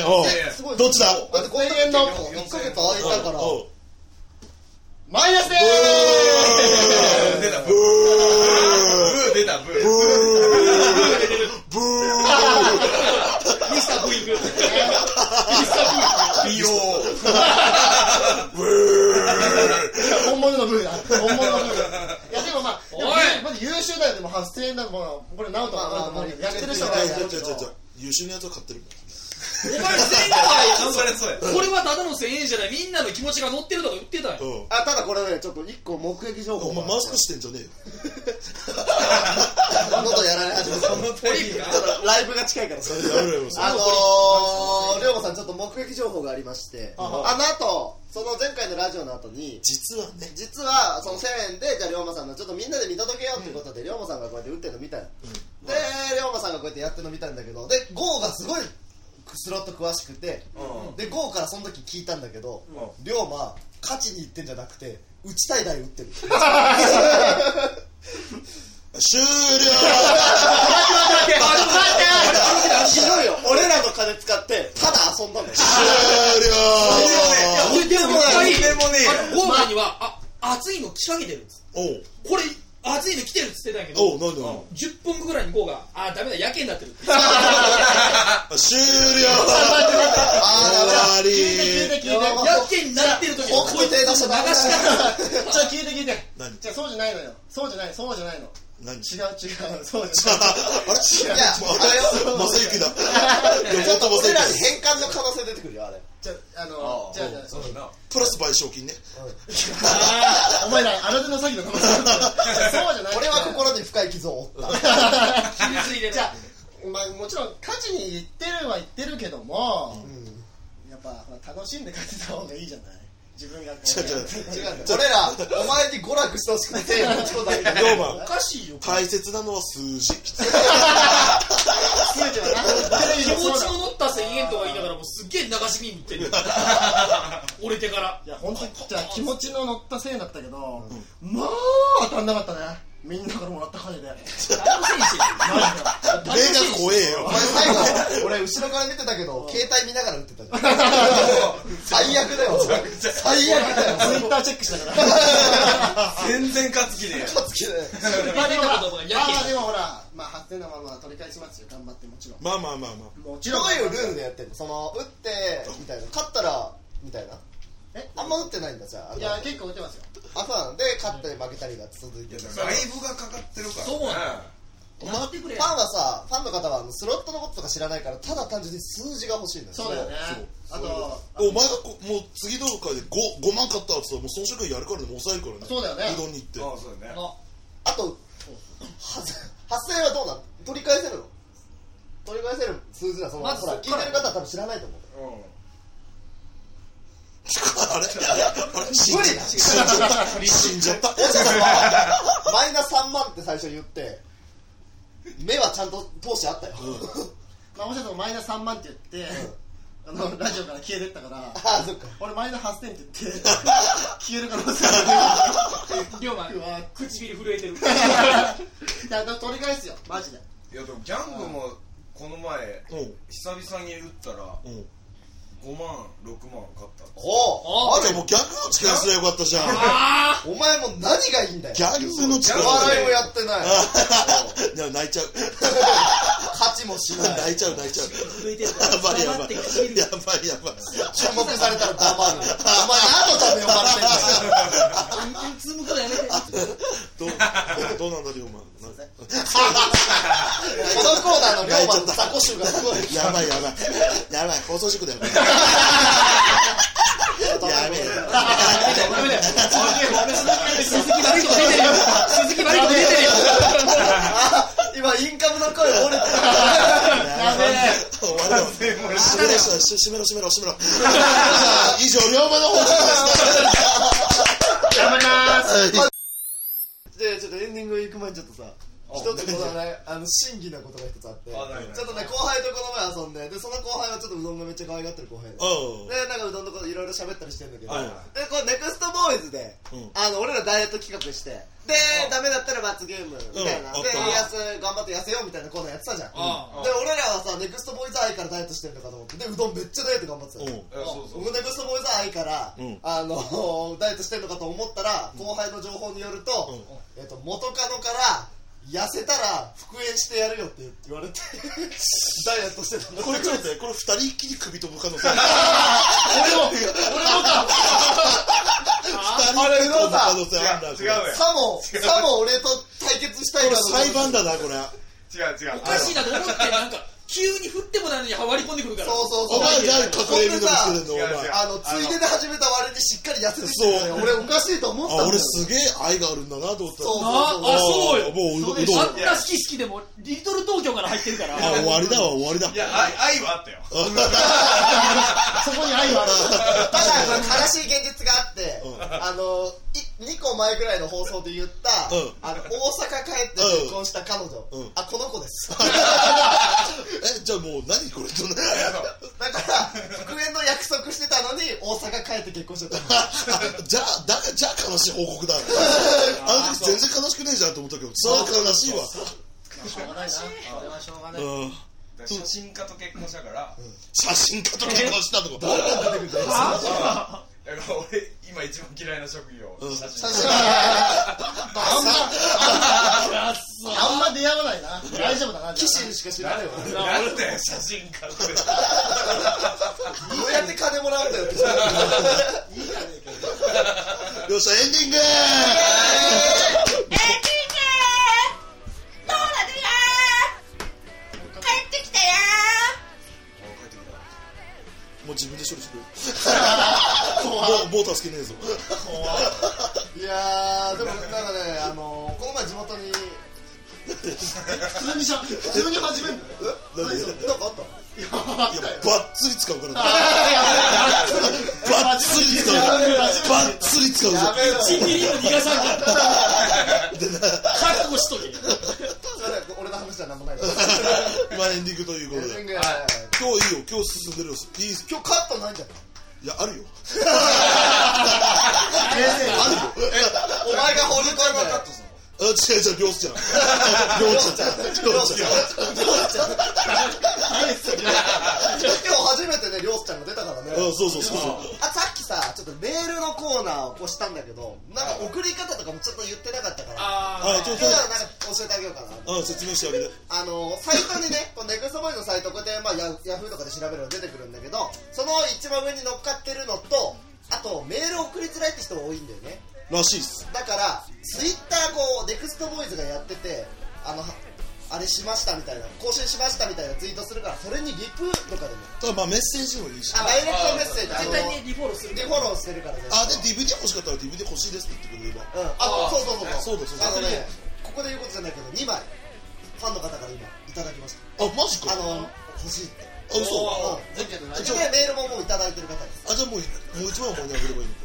Speaker 1: 円おう
Speaker 5: え
Speaker 2: すごい
Speaker 1: どっちだ
Speaker 2: だってこんだけ1ヶ月空いたから
Speaker 1: おう
Speaker 4: マイナスでー
Speaker 5: ブー出た、ブー。ブー出た、ブ
Speaker 1: ブ
Speaker 5: ー。
Speaker 1: ーブー
Speaker 3: ミスターブーイング。
Speaker 5: 美容。
Speaker 4: す本物のブーだ本 物のブーだいやでもまあでもまず優秀だよでも8000円だからまあこれ直人が分かると思うけどやってる人が
Speaker 1: 違
Speaker 4: や
Speaker 1: う
Speaker 4: る
Speaker 1: 違う違う違う
Speaker 4: と
Speaker 1: 優秀なやつは買ってるもん
Speaker 3: お前全員だ
Speaker 5: それそうや。
Speaker 3: これはただの1000円じゃない。みんなの気持ちが乗ってるとか言ってたよ。
Speaker 1: うん
Speaker 2: あただこれねちょっと1個目撃情報
Speaker 1: お前マスクしてんじゃねえよ
Speaker 2: 喉やられ始めた
Speaker 3: オリンピック
Speaker 2: ちょっとライブが近いから
Speaker 1: やめろよそれ
Speaker 2: あのー、龍馬さんちょっと目撃情報がありましてあの後その前回のラジオの後に
Speaker 1: 実はね
Speaker 2: 実はその1000円でじゃあ龍馬さんのちょっとみんなで見届けようということで、龍馬さんがこうやって打ってるの見たの、で龍馬さんがこうやってやってるの見たんだけどで GO がすごいスロット詳しくて、
Speaker 5: うん
Speaker 2: で GO からその時聞いたんだけど、
Speaker 5: う
Speaker 2: 龍馬勝ちに行ってんじゃなくて打打ちたい台打ってる。
Speaker 1: 終了
Speaker 2: ひどいよ。俺らの金使って、ただ遊んだんだよ。
Speaker 1: 終了
Speaker 3: 俺でも一回
Speaker 5: でもね
Speaker 3: あの豪華にはあ熱いの来かけてるっつって
Speaker 1: おう
Speaker 3: これ熱いの来てるっつってたんやけ
Speaker 1: おう
Speaker 3: ど
Speaker 1: なんでなんで
Speaker 3: 10分後ぐらいに豪華あダメだやけになってるって
Speaker 1: 終了終わり
Speaker 4: 聞いて
Speaker 2: や
Speaker 4: 聞いて聞いて
Speaker 2: ば
Speaker 3: やけになってる時に
Speaker 2: 北
Speaker 3: こい
Speaker 2: 斗
Speaker 3: つ
Speaker 2: 手出し
Speaker 3: 流した方
Speaker 2: らダメ
Speaker 3: が
Speaker 4: じゃあ聞いて聞いて
Speaker 1: 何
Speaker 4: じゃあそうじゃないのよそうじゃないそうじゃないの
Speaker 1: 何
Speaker 4: 違う違うそうじ ゃない
Speaker 1: あれ
Speaker 2: いや、あれよ。
Speaker 1: まさゆきだ
Speaker 2: ちょっと
Speaker 1: 横田まさゆ
Speaker 2: 俺
Speaker 1: き
Speaker 2: らに変換の可能性出てくるよ、あれ。
Speaker 4: じゃああのじゃあじゃあ
Speaker 5: そうだな
Speaker 1: プラス賠償金ね
Speaker 4: お前らあの手の詐欺の可能性あるそうじゃない
Speaker 2: 俺は心に深い傷を負った。
Speaker 3: 傷入れた
Speaker 4: まあもちろん家事に行ってるは行ってるけども、やっぱほら楽しんで帰ってた方がいいじゃない自分がこう
Speaker 1: 違う違う
Speaker 2: 違うんだよ俺ら、お前に娯楽してほしくて、手を打ち込んだけど。
Speaker 1: ロー
Speaker 3: お
Speaker 1: マン
Speaker 3: かしいよ
Speaker 1: 大切なのは数字
Speaker 4: 全てはな
Speaker 3: 気
Speaker 4: テレ
Speaker 3: 持
Speaker 4: ビもそう
Speaker 3: ち
Speaker 4: だ
Speaker 3: の乗った1000円とか言いながらもうすっげえ流し見に行ってるよ俺手から
Speaker 4: いや本当にじゃあ気持ちの乗ったせいだったけど、まあ当たんなかったねみんなからもらった金でマジで
Speaker 3: 楽しいし
Speaker 1: 目が怖えよ
Speaker 2: お前最後、俺後ろから見てたけど、携帯見ながら打ってたじゃ ん。最悪だよ。最悪だよ。
Speaker 4: ツイッターチェックしたから
Speaker 5: 全然勝つ気ねえ
Speaker 2: 嘘つけない
Speaker 3: バレたことがやけ
Speaker 4: まあでもほらまあ発展なまま取り返しますよ頑張ってもちろ
Speaker 1: まあまあまあま
Speaker 4: んもち
Speaker 2: ど
Speaker 4: ろん
Speaker 2: ういうルールでやってんのその、打って、みたいな。勝ったら、みたいな。
Speaker 4: え
Speaker 2: あんま打ってないんだ、じゃあ。
Speaker 4: いや結構打てますよ
Speaker 2: あ、そうなんで、勝ったり負けたりが続いてる。フ
Speaker 5: ライブがかかってるから
Speaker 3: そうなの
Speaker 2: ァン
Speaker 3: ってくれ
Speaker 2: はさ、ファンの方はあのスロットのこととか知らないから、ただ単純に数字が欲しいんだよ。
Speaker 4: そうだよねあと
Speaker 1: あお前がこもう次の回で 5, 5万買ったらって言ったらもうその瞬間やるからでも抑えるからね
Speaker 4: そうだよね
Speaker 1: うどんに行
Speaker 5: あ
Speaker 1: っ
Speaker 5: あそうだね
Speaker 3: あ
Speaker 2: あと、発生はどうなの取り返せるの取り返せる数字なのその、
Speaker 3: まず
Speaker 2: ほら、
Speaker 3: そっ
Speaker 2: 聞
Speaker 3: か
Speaker 2: い
Speaker 3: ら
Speaker 2: てる方は多分知らないと思う。
Speaker 5: うん
Speaker 1: てあれあれ死ん
Speaker 2: 無
Speaker 1: じ
Speaker 2: 理
Speaker 1: ゃ
Speaker 2: だ
Speaker 1: 死んじゃった死んじゃった
Speaker 2: おじさんは、マイナス3万って最初言って、目はちゃんと投資あったよ。
Speaker 4: まあ、もしかしたらマイナス3万って言って、あのラジオから消えてったから、
Speaker 2: ああ、そっか。
Speaker 4: 俺マイナス8000って言って、消える可能性あ
Speaker 3: 龍馬 唇震えてる
Speaker 4: る。いや、でも取り返すよ、マジで。
Speaker 5: いやでもギャングもこの前
Speaker 1: うん
Speaker 5: 久々に打ったら
Speaker 1: うん
Speaker 5: 5万6万買った
Speaker 2: お
Speaker 1: あ
Speaker 2: う
Speaker 1: じゃあもうギャグの力すりゃよかったじゃん
Speaker 3: あ
Speaker 2: お前もう何がいいんだよ
Speaker 1: ギ。ャグの力
Speaker 2: お笑いもやってない。
Speaker 1: いや泣いちゃう
Speaker 2: 勝ちもしない。
Speaker 1: 泣いちゃう泣いちゃう
Speaker 3: あ震えてる
Speaker 1: やばいやばい
Speaker 3: 黙って唇
Speaker 1: やばいやばい
Speaker 2: 注目されたら黙 る。お前何のために呼ばれてんだよ。
Speaker 3: うつむくのやめて
Speaker 1: どうどうなんだ龍馬
Speaker 2: このコーナーの龍馬の雑魚臭がすごい。
Speaker 1: やばいやばいやばい放送事故だよやべえ
Speaker 4: ダメだよ。
Speaker 3: 鈴木マリコ出てるよ鈴木マリコ出てるよ
Speaker 2: あ今インカムの声折れてた。
Speaker 4: ダメだよ。
Speaker 1: 終わるよ 閉めろ閉めろ閉めろ閉めろ じゃあ以上龍馬の放送事
Speaker 4: 頑張ります。
Speaker 1: 故でした
Speaker 2: で、ちょっとエンディング行く前にちょっとさ、一つこのね、あの、審議なことが一つあって、ちょ
Speaker 5: あないない
Speaker 2: っとね、後輩とこの前遊んで、で、その後輩はちょっとうどんがめっちゃ可愛がってる後輩で。
Speaker 1: うん
Speaker 2: で、なんかうどんのこといろいろ喋ったりしてんだけど、
Speaker 1: はい
Speaker 2: で、こう、ネクストボーイズで、
Speaker 1: うん
Speaker 2: あの、俺らダイエット企画して、で、ダメだったら罰ゲーム、みたいな。
Speaker 1: うん
Speaker 2: で、
Speaker 1: あ
Speaker 2: 痩せ、頑張って痩せようみたいなコーナーやってたじゃん。
Speaker 3: あ
Speaker 2: で、俺らはさ、ネクストボーイズ愛からダイエットしてるのかと思って、で、うどんめっちゃダイエット頑張ってたの
Speaker 1: うん
Speaker 5: えそうそう
Speaker 2: 僕ネクストボーイズ愛から、
Speaker 1: うん
Speaker 2: あのダイエットしてるのかと思ったら、後輩の情報によると,、えっと元カノから痩せたら復縁してやるよって言われ てダイエットしてたの
Speaker 1: これちょっとねこれ二人っきり首飛ぶ可能性二人っきり飛ぶ可能性あるんだこれ
Speaker 2: あれうどんさん
Speaker 5: 違うよ
Speaker 2: さもさも俺と対決したい
Speaker 1: こ
Speaker 2: か
Speaker 1: れ裁
Speaker 2: の
Speaker 1: 判だなこれ
Speaker 5: 違う違う
Speaker 3: おかしいなと思ってなんか急に振ってもないのに割り込んでくるから
Speaker 2: そうそうそう
Speaker 1: お前誰隠れるの見せ
Speaker 2: ほんで
Speaker 1: る
Speaker 2: さ
Speaker 1: のお前
Speaker 2: あの
Speaker 5: 違う違う
Speaker 2: ついでで始めた割にしっかり痩せてきてたのよ俺おかしいと思っ
Speaker 1: あ
Speaker 2: てた
Speaker 1: 俺
Speaker 2: んだよ
Speaker 1: すげえ愛があるんだなと思った
Speaker 2: そう
Speaker 3: なああそう
Speaker 1: も
Speaker 3: よ
Speaker 1: ううどんうどん
Speaker 3: あんな好き好きでもリトル東京から入ってるか
Speaker 1: あ
Speaker 3: ら
Speaker 1: 終わりだわ終わりだ
Speaker 5: いや愛愛はあったよ
Speaker 4: そこに愛はある。
Speaker 2: ただこれ悲しい現実が
Speaker 1: うん
Speaker 2: あって、あのい2個前ぐらいの放送で言った、
Speaker 1: うん
Speaker 2: あの大阪帰って結婚した彼女、
Speaker 1: うん
Speaker 2: あこの子です
Speaker 1: えじゃあもう何これどんな
Speaker 2: だから復縁の約束してたのに大阪帰って結婚してた
Speaker 1: じゃあだがじゃあ悲しい報 告だあの時全然悲しくねえじゃんと思ったけどそれは悲しいわ
Speaker 4: しょうがないなあれはしょうがない
Speaker 1: うん
Speaker 5: 写真家と結婚したから
Speaker 1: 写真家と結婚したとか
Speaker 5: だから俺今一番嫌いな職業
Speaker 1: うん
Speaker 5: 写真
Speaker 4: あ
Speaker 5: 家
Speaker 4: んまあんま出会わないな大丈夫だなじゃ
Speaker 2: 騎士にしか知 らないわど
Speaker 5: なんだよ写真家って
Speaker 2: うやって金もらうんだよって
Speaker 4: あいいじゃねえかよ
Speaker 1: よっしゃエンディング
Speaker 7: エンディングどうなるよ帰ってきたよ
Speaker 1: もう自分で処理してくれ もうもう助けねえぞ
Speaker 2: いやーでもなんかねあのこの前地元に
Speaker 4: 普通にしゃ普通に始めるんだよ
Speaker 1: なんでいや
Speaker 2: なんかあった
Speaker 4: いやばったよ
Speaker 1: バッツリ使うからバッツリ使うバッツリ使うぞ
Speaker 2: やめろ
Speaker 3: ちぎりを逃がさんかった覚悟しとけ
Speaker 2: 俺の話じゃなんもないから
Speaker 1: まあエンディングということで今日いいよ今日進んでるよいい
Speaker 2: 今日カットないんじゃん
Speaker 1: いやあるよあ
Speaker 2: お前が放り込んだよ
Speaker 1: 違う違う、りょうちゃん。りょうちゃん。りょうちゃん。
Speaker 2: 今日初めてねりょうすちゃんが出たからね
Speaker 1: うん、そうそうそうそう。
Speaker 2: あさっきさちょっとメールのコーナーをこうしたんだけどなんか送り方とかもちょっと言ってなかったから
Speaker 3: あ
Speaker 1: あ、ちょっ
Speaker 2: 今日はなんか教えてあげようかな
Speaker 1: と、うん、説明してあげて。
Speaker 2: あのサイトにねこのネクストボーイのサイトこうやって、まあ、ヤヤフーとかで調べるの出てくるんだけどその一番上に乗っかってるのとあとメール送りづらいって人が多いんだよね
Speaker 1: らしいっす。
Speaker 2: だからツイッターこうネクストボーイズがやっててあのはあれしましたみたいな更新しましたみたいなツイートするからそれにリプとかでも
Speaker 1: ただまあメッセージでもいいし。
Speaker 2: あダイレクトメッセージあ
Speaker 3: 絶
Speaker 2: の
Speaker 3: 対にリフォールする
Speaker 2: でフォローしてるからね
Speaker 1: あ、で、DVD 欲しかったら DVD 欲しいですって言ってくれれば。
Speaker 2: うん、あそうそうそう
Speaker 1: そうだそうだ
Speaker 2: あのねここで言うことじゃないけど2枚ファンの方から今いただきまし
Speaker 1: あ、マジか。
Speaker 2: た
Speaker 1: あ、
Speaker 2: あの欲しいって
Speaker 1: 嘘。
Speaker 2: うん
Speaker 1: あ、
Speaker 4: 全然
Speaker 2: それでメールももういただいてる方です
Speaker 1: じゃあもう、もう一枚お前にあげればいいのか。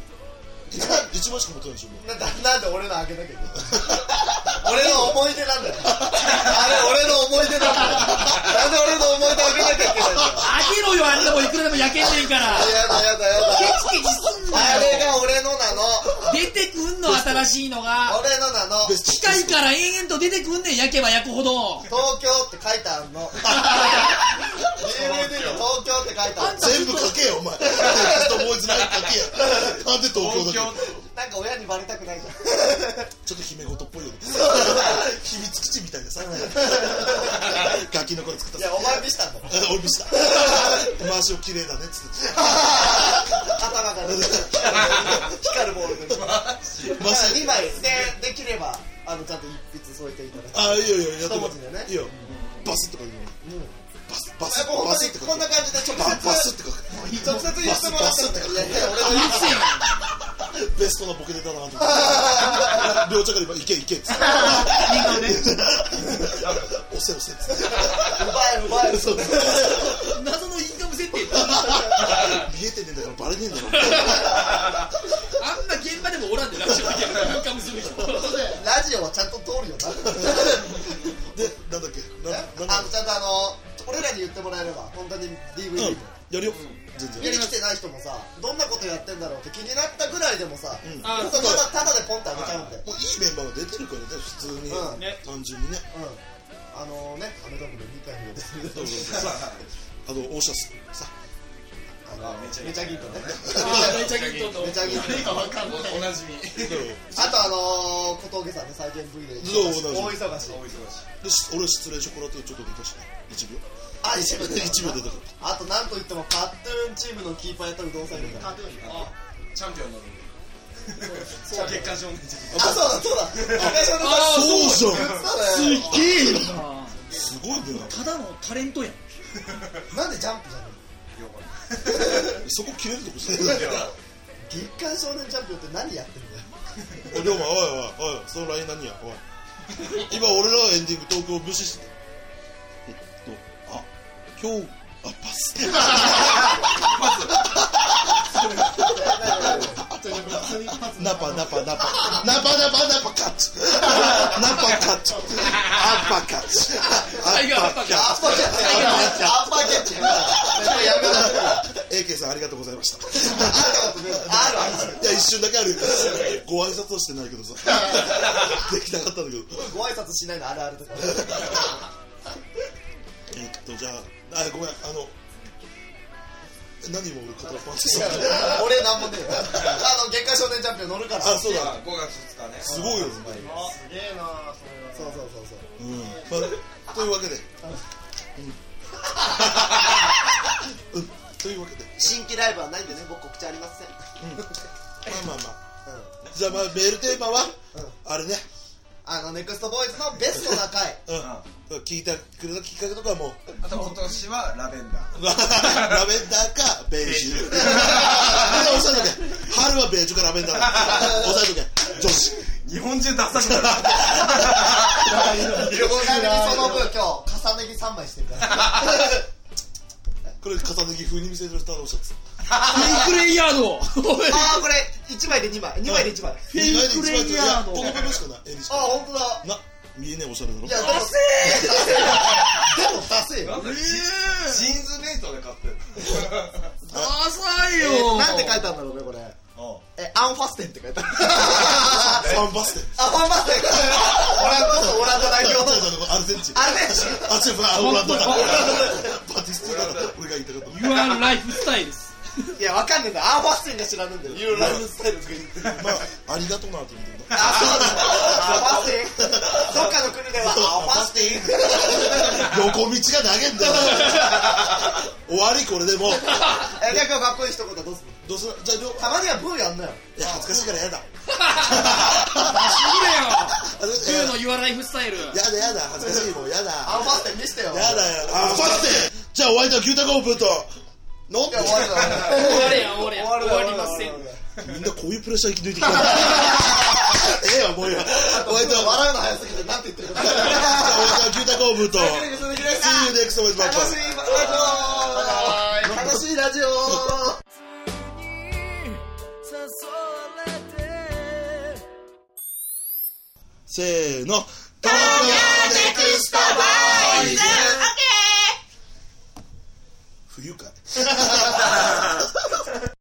Speaker 1: 一枚しか持ってないでしょ、もう。
Speaker 2: ななんで俺のあげなきゃいけない 俺の思い出なんだよあれ俺の思い出なんだよなんで俺の思い出あげなきゃいけないんだよ
Speaker 3: あげろよあんなもんいくらでも焼けんねんから
Speaker 2: やだやだやだ
Speaker 3: ケチケチすんな
Speaker 2: あれ
Speaker 3: よ
Speaker 2: が俺のな の
Speaker 3: 出てくんの新しいのが
Speaker 2: 俺のなの
Speaker 1: ベス
Speaker 3: 機械から延々と出てくんねん焼けば焼くほど
Speaker 2: 東京って書いてあ るの DVD に東京って書いてあるの
Speaker 1: 全部書けよ、お前。ずっと思いつない書けや。なんで東
Speaker 5: 東
Speaker 1: 京
Speaker 5: 京
Speaker 1: だけ。
Speaker 2: なんか親にバレたくないじゃん
Speaker 1: ちょっと姫事っぽいよ ね。秘密基地みたいなさ。ガキの声作った
Speaker 2: いやお前見したんだろ
Speaker 1: 俺見した回しを綺麗だねっつって
Speaker 2: 頭から 光るボールが
Speaker 1: 回し
Speaker 2: 2枚でできればあのちゃんと一筆添えていただき
Speaker 1: あいいよいいよやって
Speaker 2: 一
Speaker 1: も
Speaker 2: 文字でね
Speaker 1: いいよバスって書いてもら
Speaker 2: うん
Speaker 1: うバスバス
Speaker 2: こ
Speaker 1: バスって書いて
Speaker 2: こんな感じで直
Speaker 1: バ
Speaker 2: 接
Speaker 1: バスって書く
Speaker 2: 直接言ってもらったんだよいやいや
Speaker 3: うるせえよ
Speaker 1: ベストなボケ出たなと思って 両着で今「いけいけ」っつって「 押せ押せ」っつって
Speaker 2: 俺のうまいうまい
Speaker 1: そう
Speaker 3: 謎のインカム設定
Speaker 1: 見えてねえんだからバレねえんだよ
Speaker 3: あんな現場でもおらんでラジオでインカムする人
Speaker 2: ラジオはちゃんと通るよな
Speaker 1: でなんだっけななんだ
Speaker 2: あのちゃんとあの俺らに言ってもらえれば本当に
Speaker 1: う
Speaker 2: DVD
Speaker 1: ん
Speaker 2: も
Speaker 1: やるよ全然
Speaker 2: 見に来てない人もさどんなことやってんだろうって気になったぐらいでもさ
Speaker 1: うん
Speaker 3: あ
Speaker 2: 本当ただただでポンってあげちゃうんで
Speaker 1: もういいメンバーが出てるからね普通に
Speaker 2: うん
Speaker 3: ね
Speaker 1: 単純にね
Speaker 2: うんあのねアメトークの2回目です
Speaker 1: そうそうそうさあのオーシャスさ
Speaker 2: あのめちゃ銀とね
Speaker 3: めちゃ銀と
Speaker 2: めちゃ銀と
Speaker 4: 何かわかんない
Speaker 5: おなじみ
Speaker 2: あとあのー、小峠さんね再現 V で
Speaker 1: そうそう
Speaker 2: 大忙しい
Speaker 5: 大忙しい
Speaker 1: でし俺失礼ショコラティエちょっと出たしね1秒
Speaker 2: あ一部で
Speaker 1: 1秒出たから
Speaker 2: あとなんといってもカットゥーンチームのキーパーやったうどんさんいるからあ
Speaker 5: あチャンピオンなのに
Speaker 2: そう
Speaker 5: 月刊少年時
Speaker 2: そうだそうだ東野
Speaker 1: そ
Speaker 2: さん
Speaker 1: うじゃん
Speaker 2: そうだよ
Speaker 1: すげえな
Speaker 3: あ
Speaker 1: すごいね
Speaker 3: ただのタレントやん
Speaker 2: なんでジャンプじゃない
Speaker 1: そこ切れるとこするんだよ
Speaker 2: 月刊少年チャンピオンって何やってんだよ
Speaker 1: おい龍馬おいおいおいそのライン何やおい今俺らはエンディング東京を無視してえっとあ今日あパス
Speaker 2: 何何何
Speaker 4: それ一発
Speaker 1: ナパナパナパナパナパナパカッチナパカッチアッパカッチアッパカッチ
Speaker 2: アッパーキャッチアッパーキャッチやめなさい
Speaker 1: AK さんありがとうございました
Speaker 2: あるある
Speaker 1: いや一瞬だけあるよご挨拶はしてないけどさ できなかったんだけど
Speaker 2: ご挨拶しないのあるあるとか
Speaker 1: えっとじゃああごめんあの何を俺語らパンしてた
Speaker 2: 俺なんもねえよあの月刊少年チャンピオン乗るから
Speaker 1: あそう
Speaker 5: じゃ
Speaker 1: だ
Speaker 5: あ5月2日ね
Speaker 1: すごいよ
Speaker 4: あすげえなそ
Speaker 2: そう
Speaker 4: れは
Speaker 2: そうそうそ
Speaker 1: う
Speaker 2: う
Speaker 1: んまあというわけでうんうんというわけで
Speaker 2: 新規ライブはないんでね僕告知ありません
Speaker 1: まあまあまあじゃあまあメールテーマはあれね
Speaker 2: あのネクストボーイズのベストな回
Speaker 1: うん聞いてくれたきっかけとかはもう
Speaker 5: あと今年はラベンダー
Speaker 1: ラベンダーかベージュこれ押さえとけ春はベージュかラベンダーだ押さえとけ女子
Speaker 5: 日本中出させたら
Speaker 2: ちなみにその分今日重ね着3枚してるから
Speaker 1: これ重ね着風に見せるスターのシャツ
Speaker 3: フレイヤードおい
Speaker 2: ああこれ1枚で2枚2枚で1枚あ
Speaker 3: フェイクレイヤー
Speaker 1: こ
Speaker 3: ド
Speaker 1: こ部分しかない襟し
Speaker 2: あ
Speaker 1: か
Speaker 2: 本当だ
Speaker 1: な見えねえおしゃれだろ
Speaker 2: いやでも出せでも出せよ
Speaker 5: なんだジジーンズメイトで買って る
Speaker 3: ダサいよ
Speaker 2: えなんて書いてあるんだろうねこれ
Speaker 5: うん
Speaker 2: えアンファステンって書いてある
Speaker 1: サンバステ
Speaker 2: あアンファステンオランダオランダ代表の
Speaker 1: アルゼンチン
Speaker 2: あれね
Speaker 1: あ違うオランダだバティスティだ俺が言いたかった
Speaker 3: You are life style です
Speaker 2: いや、わかんねえんだ。アーファスティンが知らねえんだよ。ユーロライフスタイルとか言ってる。
Speaker 1: まあありがとうなと思ってんだ
Speaker 2: あ、そうだ。アーファスティンどっかの国ではアーファスティン
Speaker 1: 横道が投げんだよ終わりこれでもう
Speaker 2: え、逆かっこいい一言どうする
Speaker 1: どうするじゃあ両
Speaker 2: たまにはブーやんなよ。
Speaker 1: いや恥ずかしいからやだ
Speaker 3: 走
Speaker 1: 恥ず
Speaker 3: れ
Speaker 1: か
Speaker 3: よ
Speaker 1: しい
Speaker 3: You の You are life style
Speaker 1: やだやだ恥ずかしいもんやだ
Speaker 2: アーファスティン見せてよ。
Speaker 1: やだやだあ待ってじゃあお相手は牛タコープとなん
Speaker 2: いや、終わるだ
Speaker 3: 終われや終われや終わりません
Speaker 1: みんなこういうプレッシャー抜いてきたええよもうよお相手は
Speaker 2: 笑うの早すぎて、なんて言ってるか。楽
Speaker 1: じゃあお相手は牛タコープと See you next time
Speaker 2: しいラジオ楽しいラジオ
Speaker 1: せーの東京ネクストバ